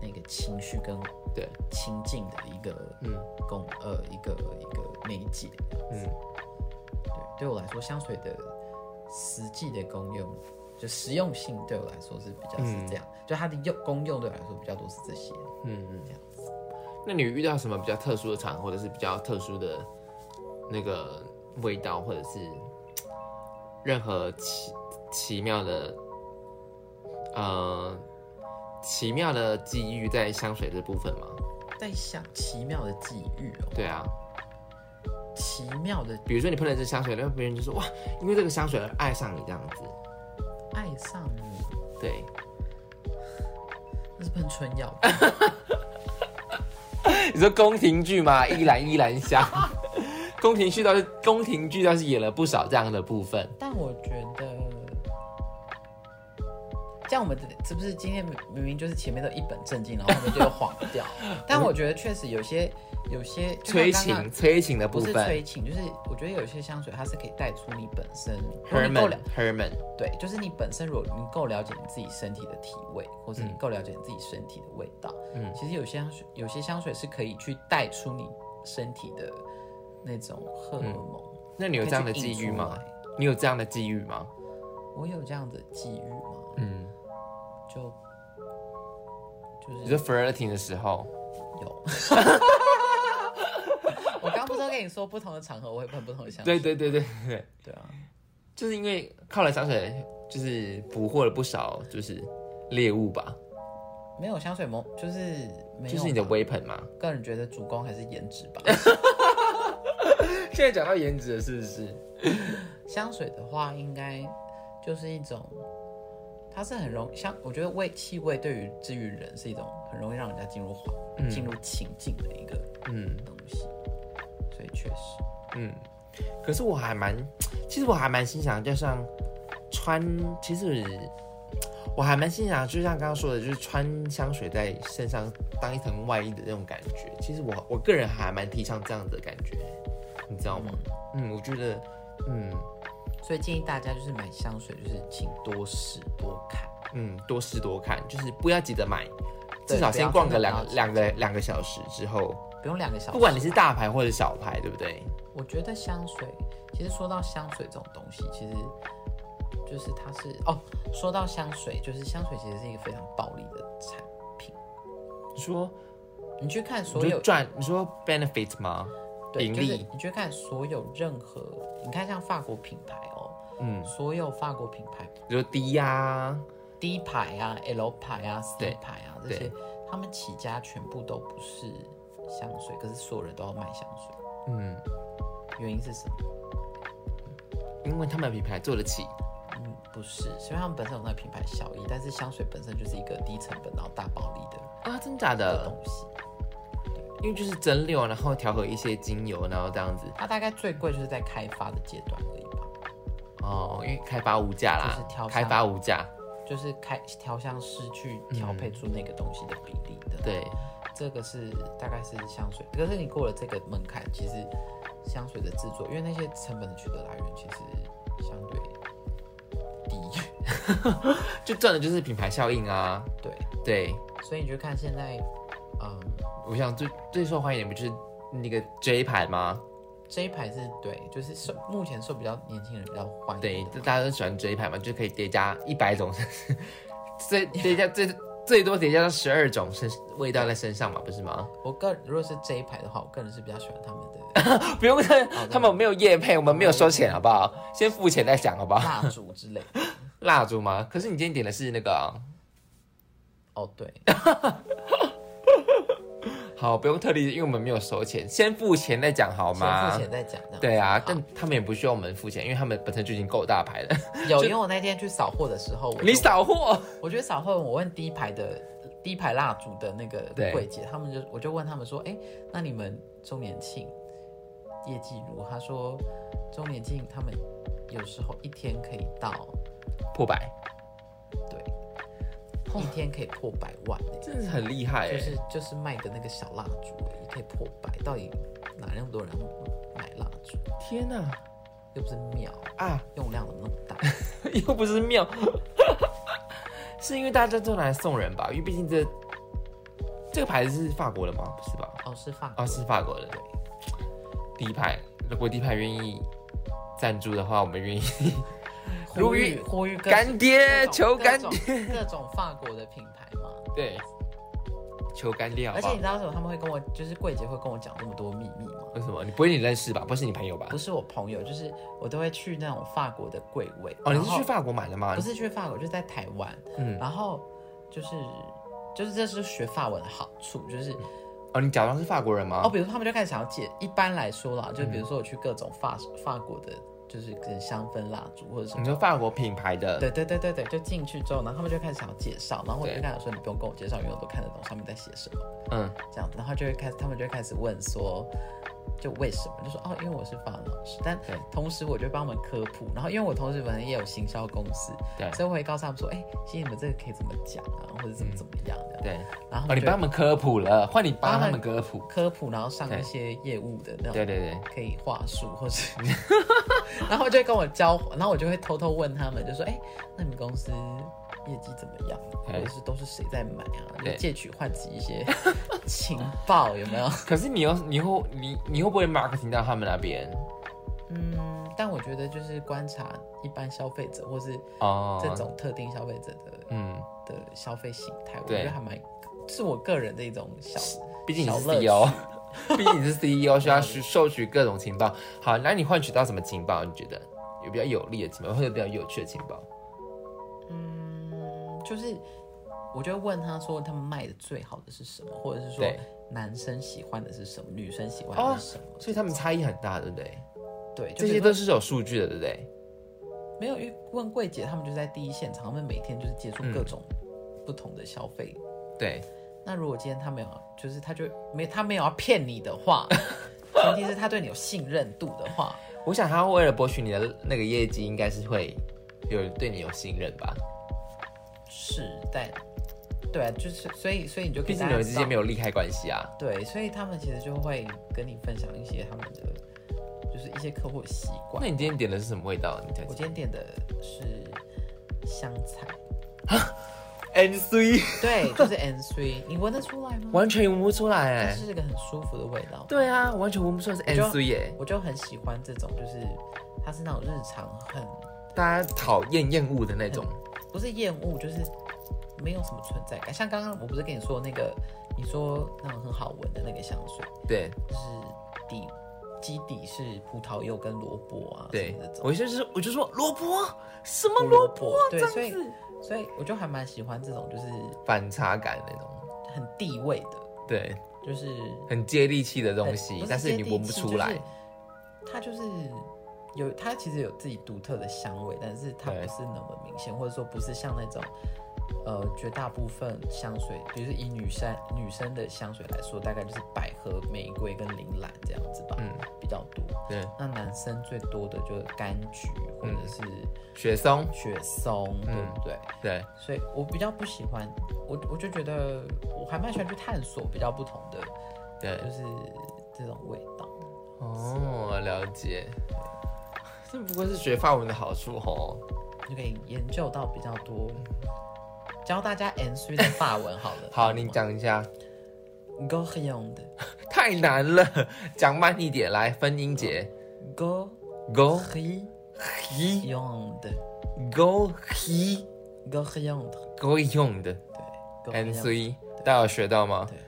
Speaker 2: 那个情绪跟
Speaker 1: 对，
Speaker 2: 情境的一个
Speaker 1: 嗯
Speaker 2: 工呃一个一个媒介。
Speaker 1: 嗯
Speaker 2: 对，对我来说，香水的实际的功用，就实用性对我来说是比较是这样，就它的用功用对我来说比较多是这些。
Speaker 1: 嗯嗯
Speaker 2: 这样
Speaker 1: 子。那你有遇到什么比较特殊的场合，或者是比较特殊的那个味道，或者是任何奇奇妙的呃奇妙的机遇在香水这部分吗？
Speaker 2: 在想奇妙的际遇哦，
Speaker 1: 对啊，
Speaker 2: 奇妙的
Speaker 1: 比如说你喷了这香水，然后别人就说哇，因为这个香水而爱上你这样子，
Speaker 2: 爱上你，
Speaker 1: 对，
Speaker 2: 那是喷春药吧。
Speaker 1: 你说宫廷剧嘛，依兰依兰 香，宫廷剧倒是宫廷剧倒是演了不少这样的部分，
Speaker 2: 但我觉得，这样我们是不是今天明明明就是前面都一本正经，然后我们就晃掉？ 但我觉得确实有些有些就像
Speaker 1: 催
Speaker 2: 刚刚
Speaker 1: 情催情的部
Speaker 2: 不是
Speaker 1: 分
Speaker 2: 催情，就是我觉得有些香水它是可以带出你本身，如果你够了
Speaker 1: ，Herman Herman，
Speaker 2: 对，就是你本身如果你够了解你自己身体的体味，或是你
Speaker 1: 嗯
Speaker 2: 够了解你自己身体的味道，
Speaker 1: 嗯
Speaker 2: 其实有些香水有些香水是可以去带出你身体的那种荷尔蒙。
Speaker 1: 那嗯你有这样的际遇
Speaker 2: 可
Speaker 1: 吗
Speaker 2: 以去引出？
Speaker 1: 你有这样的际遇吗？
Speaker 2: 我有这样的际遇吗？
Speaker 1: 嗯，
Speaker 2: 就就
Speaker 1: 你
Speaker 2: 是
Speaker 1: 说 flirting 的时候，
Speaker 2: 有。我刚不是都跟你说，不同的场合我会喷不同的香
Speaker 1: 对
Speaker 2: 水。
Speaker 1: 对对对对，
Speaker 2: 对啊，
Speaker 1: 就是因为靠了香水，就是捕获了不少就是猎物吧，
Speaker 2: 没有香水蒙，就是没有。
Speaker 1: 就是你的，weapon 嘛。
Speaker 2: 个人觉得主攻还是颜值 吧。
Speaker 1: 现在讲到颜值了，是不是？
Speaker 2: 香水的话，应该就是一种，它是很容香，我觉得味气味对于治愈人是一种很容易让人家进入环、进入情境的一个
Speaker 1: 嗯
Speaker 2: 东西，所以确实，
Speaker 1: 嗯，可是我还蛮，其实我还蛮欣赏，就像穿，其实我还蛮欣赏，就像刚刚说的，就是穿香水在身上当一层外衣的那种感觉。其实我我个人还蛮提倡这样子的感觉，你知道吗？嗯，我觉得，嗯
Speaker 2: 所以建议大家就是买香水，就是请多试多看。
Speaker 1: 嗯，多试多看，就是不要急着买，
Speaker 2: 对
Speaker 1: 至少先逛个两
Speaker 2: 不要急着买
Speaker 1: 两个两个小时之后，
Speaker 2: 不用两个小时。
Speaker 1: 不管你是大牌或者小牌，对不对？
Speaker 2: 我觉得香水，其实说到香水这种东西，其实就是它是哦，说到香水，就是香水其实是一个非常暴利的产品。
Speaker 1: 你说
Speaker 2: 你去看
Speaker 1: 你
Speaker 2: 所有
Speaker 1: 说赚，你说 benefit 吗？
Speaker 2: 对，
Speaker 1: 盈
Speaker 2: 就是
Speaker 1: 利，
Speaker 2: 你去看所有任何，你看像法国品牌哦，
Speaker 1: 嗯。
Speaker 2: 所有法国品牌
Speaker 1: 比如说低呀、
Speaker 2: D 牌啊、L 牌啊、C
Speaker 1: 对
Speaker 2: 牌啊这
Speaker 1: 对
Speaker 2: 些，他们起家全部都不是香水，可是所有人都要卖香水，
Speaker 1: 嗯，
Speaker 2: 原因是什么？
Speaker 1: 因为他们的品牌做得起，
Speaker 2: 嗯，不是，虽然他们本身有那个品牌效益，但是香水本身就是一个低成本然后大暴利的
Speaker 1: 啊，真假
Speaker 2: 的
Speaker 1: 的？
Speaker 2: 东西。
Speaker 1: 因为就是蒸馏，然后调和一些精油，然后这样子
Speaker 2: 它大概最贵就是在开发的阶段而已吧，
Speaker 1: 哦，因为开发无价啦，
Speaker 2: 就是调香
Speaker 1: 开发无价，
Speaker 2: 就是开调香师去调配出那个东西的比例的。
Speaker 1: 对，
Speaker 2: 这个是大概是香水，可是你过了这个门槛，其实香水的制作，因为那些成本的取得来源其实相对低，
Speaker 1: 就赚的就是品牌效应啊。
Speaker 2: 对，
Speaker 1: 对，
Speaker 2: 所以你就看现在，嗯，
Speaker 1: 我想最最受欢迎的不就是那个 J 牌吗？
Speaker 2: 这一排是对，就是受目前受比较年轻人比较欢迎的，
Speaker 1: 对，就大家都喜欢 J 牌嘛，就可以叠加一百种， 最叠加最最多叠加到十二种身味道在身上嘛，不是吗？
Speaker 2: 我个人如果是这一排的话，我个人是比较喜欢他们的
Speaker 1: 不用看，他们没有夜配，我们没有收钱，好不好？先付钱再讲，好不好？
Speaker 2: 蜡烛之类 的。
Speaker 1: 蜡烛吗？可是你今天点的是那个啊、
Speaker 2: 哦，对，
Speaker 1: 好，不用特例，因为我们没有收钱，先付钱再讲好
Speaker 2: 先
Speaker 1: 吗
Speaker 2: 付？钱再讲。这样
Speaker 1: 对啊
Speaker 2: 好，
Speaker 1: 但他们也不需要我们付钱，因为他们本身就已经够大牌 了。
Speaker 2: 有，因为我那天去扫货的时候，我
Speaker 1: 你
Speaker 2: 就
Speaker 1: 扫货，
Speaker 2: 我觉得扫货，我问第一排的第一排蜡烛的那个
Speaker 1: 对
Speaker 2: 柜姐，他们就我就问他们说，哎、那你们周年庆业绩如何？他说周年庆他们有时候一天可以到，
Speaker 1: 破百，
Speaker 2: 对，一天可以破百万、欸，
Speaker 1: 真的是很厉害
Speaker 2: 就
Speaker 1: 哎、
Speaker 2: 是就是卖的那个小蜡烛而已，可以破百，到底哪那么多人买蜡烛？
Speaker 1: 天哪
Speaker 2: 又不是庙，
Speaker 1: 啊！
Speaker 2: 用量怎么那么大？
Speaker 1: 又不是庙， 是因为大家都拿来送人吧？因为毕竟这这个牌子是法国的吗？不是吧？
Speaker 2: 哦，是法国
Speaker 1: 哦，是法国的。第一排，如果第一排愿意赞助的话，我们愿意。
Speaker 2: 呼吁呼吁各
Speaker 1: 干爹，
Speaker 2: 各种
Speaker 1: 求干
Speaker 2: 各
Speaker 1: 爹，
Speaker 2: 种各种法国的品牌嘛。
Speaker 1: 对，求干爹好
Speaker 2: 而
Speaker 1: 不
Speaker 2: 且
Speaker 1: 好
Speaker 2: 你知？道为什么他们会跟我，就是柜姐会跟我讲那么多秘密吗？
Speaker 1: 为什么？你不会你认识吧？不是你朋友吧
Speaker 2: 不？是我朋友，就是我都会去那种法国的柜位。
Speaker 1: 哦，你是
Speaker 2: 然后
Speaker 1: 去？法国买的吗？
Speaker 2: 不，是去法国，就是在台湾。
Speaker 1: 嗯，
Speaker 2: 然后就是就是这是学法文的好处，就是
Speaker 1: 哦，你假装是法国人
Speaker 2: 哦，
Speaker 1: 吗？
Speaker 2: 比如他们就开始想要借。一般来说啦，就比
Speaker 1: 嗯
Speaker 2: 如说我去各种法法国的，就是可能香氛蜡烛或者什么
Speaker 1: 你。说法国品牌的，
Speaker 2: 对对对对对，就进去之后，然后他们就开始想要介绍，然后我就
Speaker 1: 对
Speaker 2: 跟他讲说你不用跟我介绍，因为我都看得懂上面在写什么。
Speaker 1: 嗯，
Speaker 2: 这样，然后就会开始，他们就会开始问说，就为什么？就说哦，因为我是法文老师，但
Speaker 1: 对
Speaker 2: 同时我就帮他们科普，然后因为我同时本身也有行销公司，
Speaker 1: 对
Speaker 2: 所以我会告诉他们说，哎、其实你们这个可以怎么讲啊，或者怎么怎么样的、
Speaker 1: 对。
Speaker 2: 然后
Speaker 1: 嗯哦，
Speaker 2: 他们
Speaker 1: 你
Speaker 2: 就
Speaker 1: 帮他们科普了，换你帮他
Speaker 2: 帮他
Speaker 1: 们
Speaker 2: 们
Speaker 1: 科普。
Speaker 2: 科普，然后上
Speaker 1: 对
Speaker 2: 一些业务的那种，
Speaker 1: 对对对，
Speaker 2: 可以话术，或是， 然后就会跟我交，然后我就会偷偷问他们，就说，哎、那你们公司业绩怎么样？或
Speaker 1: 对
Speaker 2: 者是都是谁在买啊？就
Speaker 1: 对
Speaker 2: 借取换取 一些情报，有没 有？
Speaker 1: 可是你又你会你你会不会 marketing 到他们那边？
Speaker 2: 嗯，但我觉得就是观察一般消费者或是
Speaker 1: 哦，
Speaker 2: 这，种特定消费者的、
Speaker 1: 嗯，
Speaker 2: 的消费形态，我
Speaker 1: 对
Speaker 2: 觉得还蛮是我个人的一种小
Speaker 1: 毕竟你是
Speaker 2: 小乐
Speaker 1: CEO，毕竟你是 CEO，需要去收取各种情报。好，那你换取到什么情报？你觉得有比较有利的情报，或者比较有趣的情报？
Speaker 2: 嗯，就是我就会问他说他们卖的最好的是什么，或者是说
Speaker 1: 对
Speaker 2: 男生喜欢的是什么，女生喜欢的是什么，
Speaker 1: 所以他们差异很大，对不对？
Speaker 2: 对，就
Speaker 1: 这
Speaker 2: 比
Speaker 1: 些
Speaker 2: 如
Speaker 1: 都是有数据的，对不对？
Speaker 2: 说没有因为问柜姐，他们就在第一现场，他们每天就是接触各种不同的消费
Speaker 1: 对，
Speaker 2: 那如果今天他没有，就是他就没他没有要骗你的 话，前提是他对你有信任度的话，
Speaker 1: 我想他为了博取你的那个业绩，应该是会有对你有信任吧？
Speaker 2: 是，但对啊，就是所以所以你就
Speaker 1: 毕
Speaker 2: 跟
Speaker 1: 竟
Speaker 2: 大
Speaker 1: 你
Speaker 2: 家
Speaker 1: 们之间没
Speaker 2: 有
Speaker 1: 有利害关系啊。
Speaker 2: 对，所以他们其实就会跟你分享一些他们的就是一些客户的习惯
Speaker 1: 那。你今天点的是什么味道？你再
Speaker 2: 我今天点的是香菜，
Speaker 1: N C
Speaker 2: 对，就是 N C，你闻得出来吗？
Speaker 1: 完全闻不出来哎、
Speaker 2: 但是这个很舒服的味道。
Speaker 1: 对啊，完全闻不出来是 N
Speaker 2: 就
Speaker 1: C 耶、
Speaker 2: 我就很喜欢这种，就是它是那种日常很
Speaker 1: 大家讨厌厌恶的那种。
Speaker 2: 不是厌恶，就是没有什么存在感。像刚刚我不是跟你说那个，你说那种很好闻的那个香水，
Speaker 1: 对
Speaker 2: 就是底基底是葡萄柚跟萝卜啊，
Speaker 1: 对
Speaker 2: 什么那，种
Speaker 1: 我就是我就说萝卜什么
Speaker 2: 胡
Speaker 1: 萝
Speaker 2: 萝
Speaker 1: 卜
Speaker 2: 卜，对
Speaker 1: 这，
Speaker 2: 所
Speaker 1: 样
Speaker 2: 以
Speaker 1: 子，
Speaker 2: 所以我就还蛮喜欢这种，就是
Speaker 1: 反差感那种，
Speaker 2: 很地位的，
Speaker 1: 对，
Speaker 2: 就是
Speaker 1: 很接地气的东
Speaker 2: 很
Speaker 1: 西
Speaker 2: 不，
Speaker 1: 但是
Speaker 2: 接
Speaker 1: 你
Speaker 2: 地
Speaker 1: 闻不
Speaker 2: 气
Speaker 1: 出来。
Speaker 2: 就是它就是。有，它其实有自己独特的香味，但是它
Speaker 1: 对
Speaker 2: 不是那么明显，或者说不是像那种，呃，绝大部分香水，比如说以女生女生的香水来说，大概就是百合、玫瑰跟铃兰这样子吧，
Speaker 1: 嗯，
Speaker 2: 比较多。
Speaker 1: 对，
Speaker 2: 那男生最多的就是柑橘或
Speaker 1: 嗯
Speaker 2: 者是
Speaker 1: 雪松，
Speaker 2: 雪松，对
Speaker 1: 嗯
Speaker 2: 不对？
Speaker 1: 对，
Speaker 2: 所以我比较不喜欢，我我就觉得我还蛮喜欢去探索比较不同的，
Speaker 1: 对
Speaker 2: 就是这种味道。
Speaker 1: 哦，了解。 这不过是学法文的好处哦。。
Speaker 2: 就可以研究到比较多，教大家 N C 的法文好了
Speaker 1: 好，你讲一下，
Speaker 2: go 很用的
Speaker 1: 太难了， 讲慢一点，来，分音节
Speaker 2: go
Speaker 1: ，go
Speaker 2: 很
Speaker 1: 哦 he
Speaker 2: 用的
Speaker 1: go he
Speaker 2: go 很用的，
Speaker 1: go 用的
Speaker 2: 对 go
Speaker 1: N
Speaker 2: 很用的
Speaker 1: C，大家有学到吗？
Speaker 2: 对。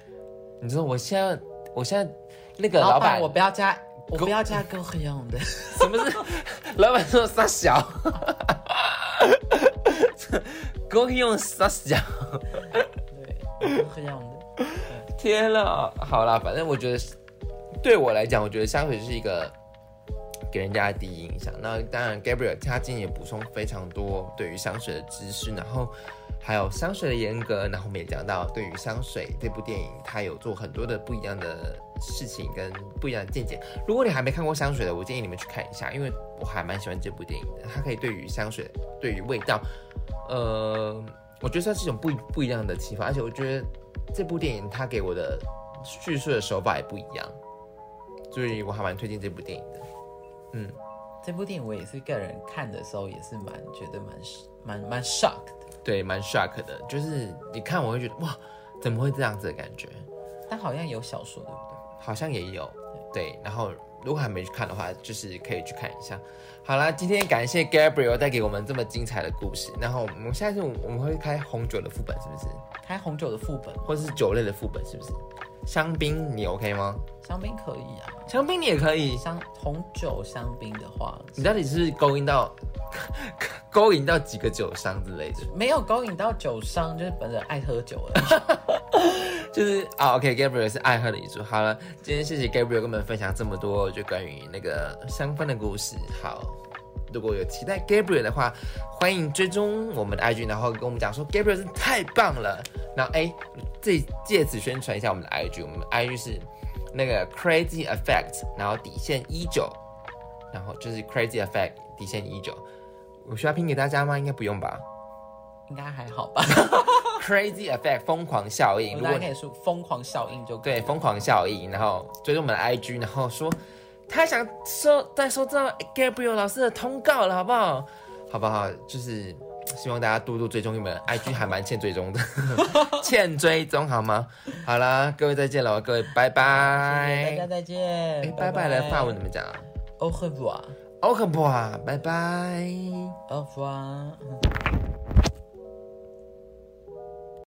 Speaker 1: 你说我现在我现在那个
Speaker 2: 老
Speaker 1: 板
Speaker 2: 板，我不要加，我不要加 go 很用的。
Speaker 1: 什么是 老板说傻小，go 用傻小，
Speaker 2: 对，go 很用的。
Speaker 1: 天呐，好啦，反正我觉得是对我来讲，我觉得香水是一个给人家的第一印象。那当然，Gabriel 他今年也补充非常多对于香水的知识，然后还有香水的严格，然后我们也讲到对于香水这部电影，他有做很多的不一样的事情跟不一样的见解。如果你还没看过香水的，我建议你们去看一下，因为我还蛮喜欢这部电影的。它可以对于香水、对于味道，呃，我觉得算是一种不不一样的启发，而且我觉得。这部电影它给我的叙述的手法也不一样，所以我还蛮推荐这部电影的。嗯，
Speaker 2: 这部电影我也是个人看的时候也是蛮觉得蛮蛮蛮 shock 的，
Speaker 1: 对，蛮 shock 的，就是你看我会觉得哇，怎么会这样子的感觉？
Speaker 2: 但好像有小说对不对？
Speaker 1: 好像也有，对。然后如果还没去看的话，就是可以去看一下。好啦，今天感谢 Gabriel 带给我们这么精彩的故事。然后我们下次我们会开红酒的副本，是不是？
Speaker 2: 开红酒的副本，
Speaker 1: 或者是酒类的副本，是不是？香槟你 OK 吗？
Speaker 2: 香槟可以啊，
Speaker 1: 香槟你也可以。
Speaker 2: 香红酒香槟的话，
Speaker 1: 你到底是勾引到 勾引到几个酒商之类的？
Speaker 2: 没有勾引到酒商，就是本人爱喝酒而已。
Speaker 1: 就是啊，OK，Gabriel、是爱喝的一族。好了，今天谢谢 Gabriel 跟我们分享这么多，就关于那个香氛的故事。好，如果有期待 Gabriel 的话，欢迎追踪我们的 IG，然后跟我们讲说 Gabriel 真的太棒了。然后哎，这借此宣传一下我们的 IG，我们的 IG 是那个 Crazy Effect，然后底线一九，然后就是 Crazy Effect 底线一九。我需要拼给大家吗？应该不用吧。
Speaker 2: 应该还好吧？
Speaker 1: Crazy Effect 疯狂效应，
Speaker 2: 我
Speaker 1: 如
Speaker 2: 大
Speaker 1: 果
Speaker 2: 家可以说疯狂效应就可以
Speaker 1: 对，疯狂效应，然后追踪我们的 IG，然后说他想收再收到 Gabriel 老师的通告了，好不好？好不好？就是希望大家多多追踪你们的 IG，还蛮欠追踪 的，欠追踪好吗？好啦，各位再见了，各位拜
Speaker 2: 谢谢大家
Speaker 1: 拜。
Speaker 2: 再
Speaker 1: 哎
Speaker 2: 见，，
Speaker 1: 拜拜了，法文怎么讲啊哦
Speaker 2: ，au revoir，au
Speaker 1: ？OK 不啊，拜拜。
Speaker 2: revoir。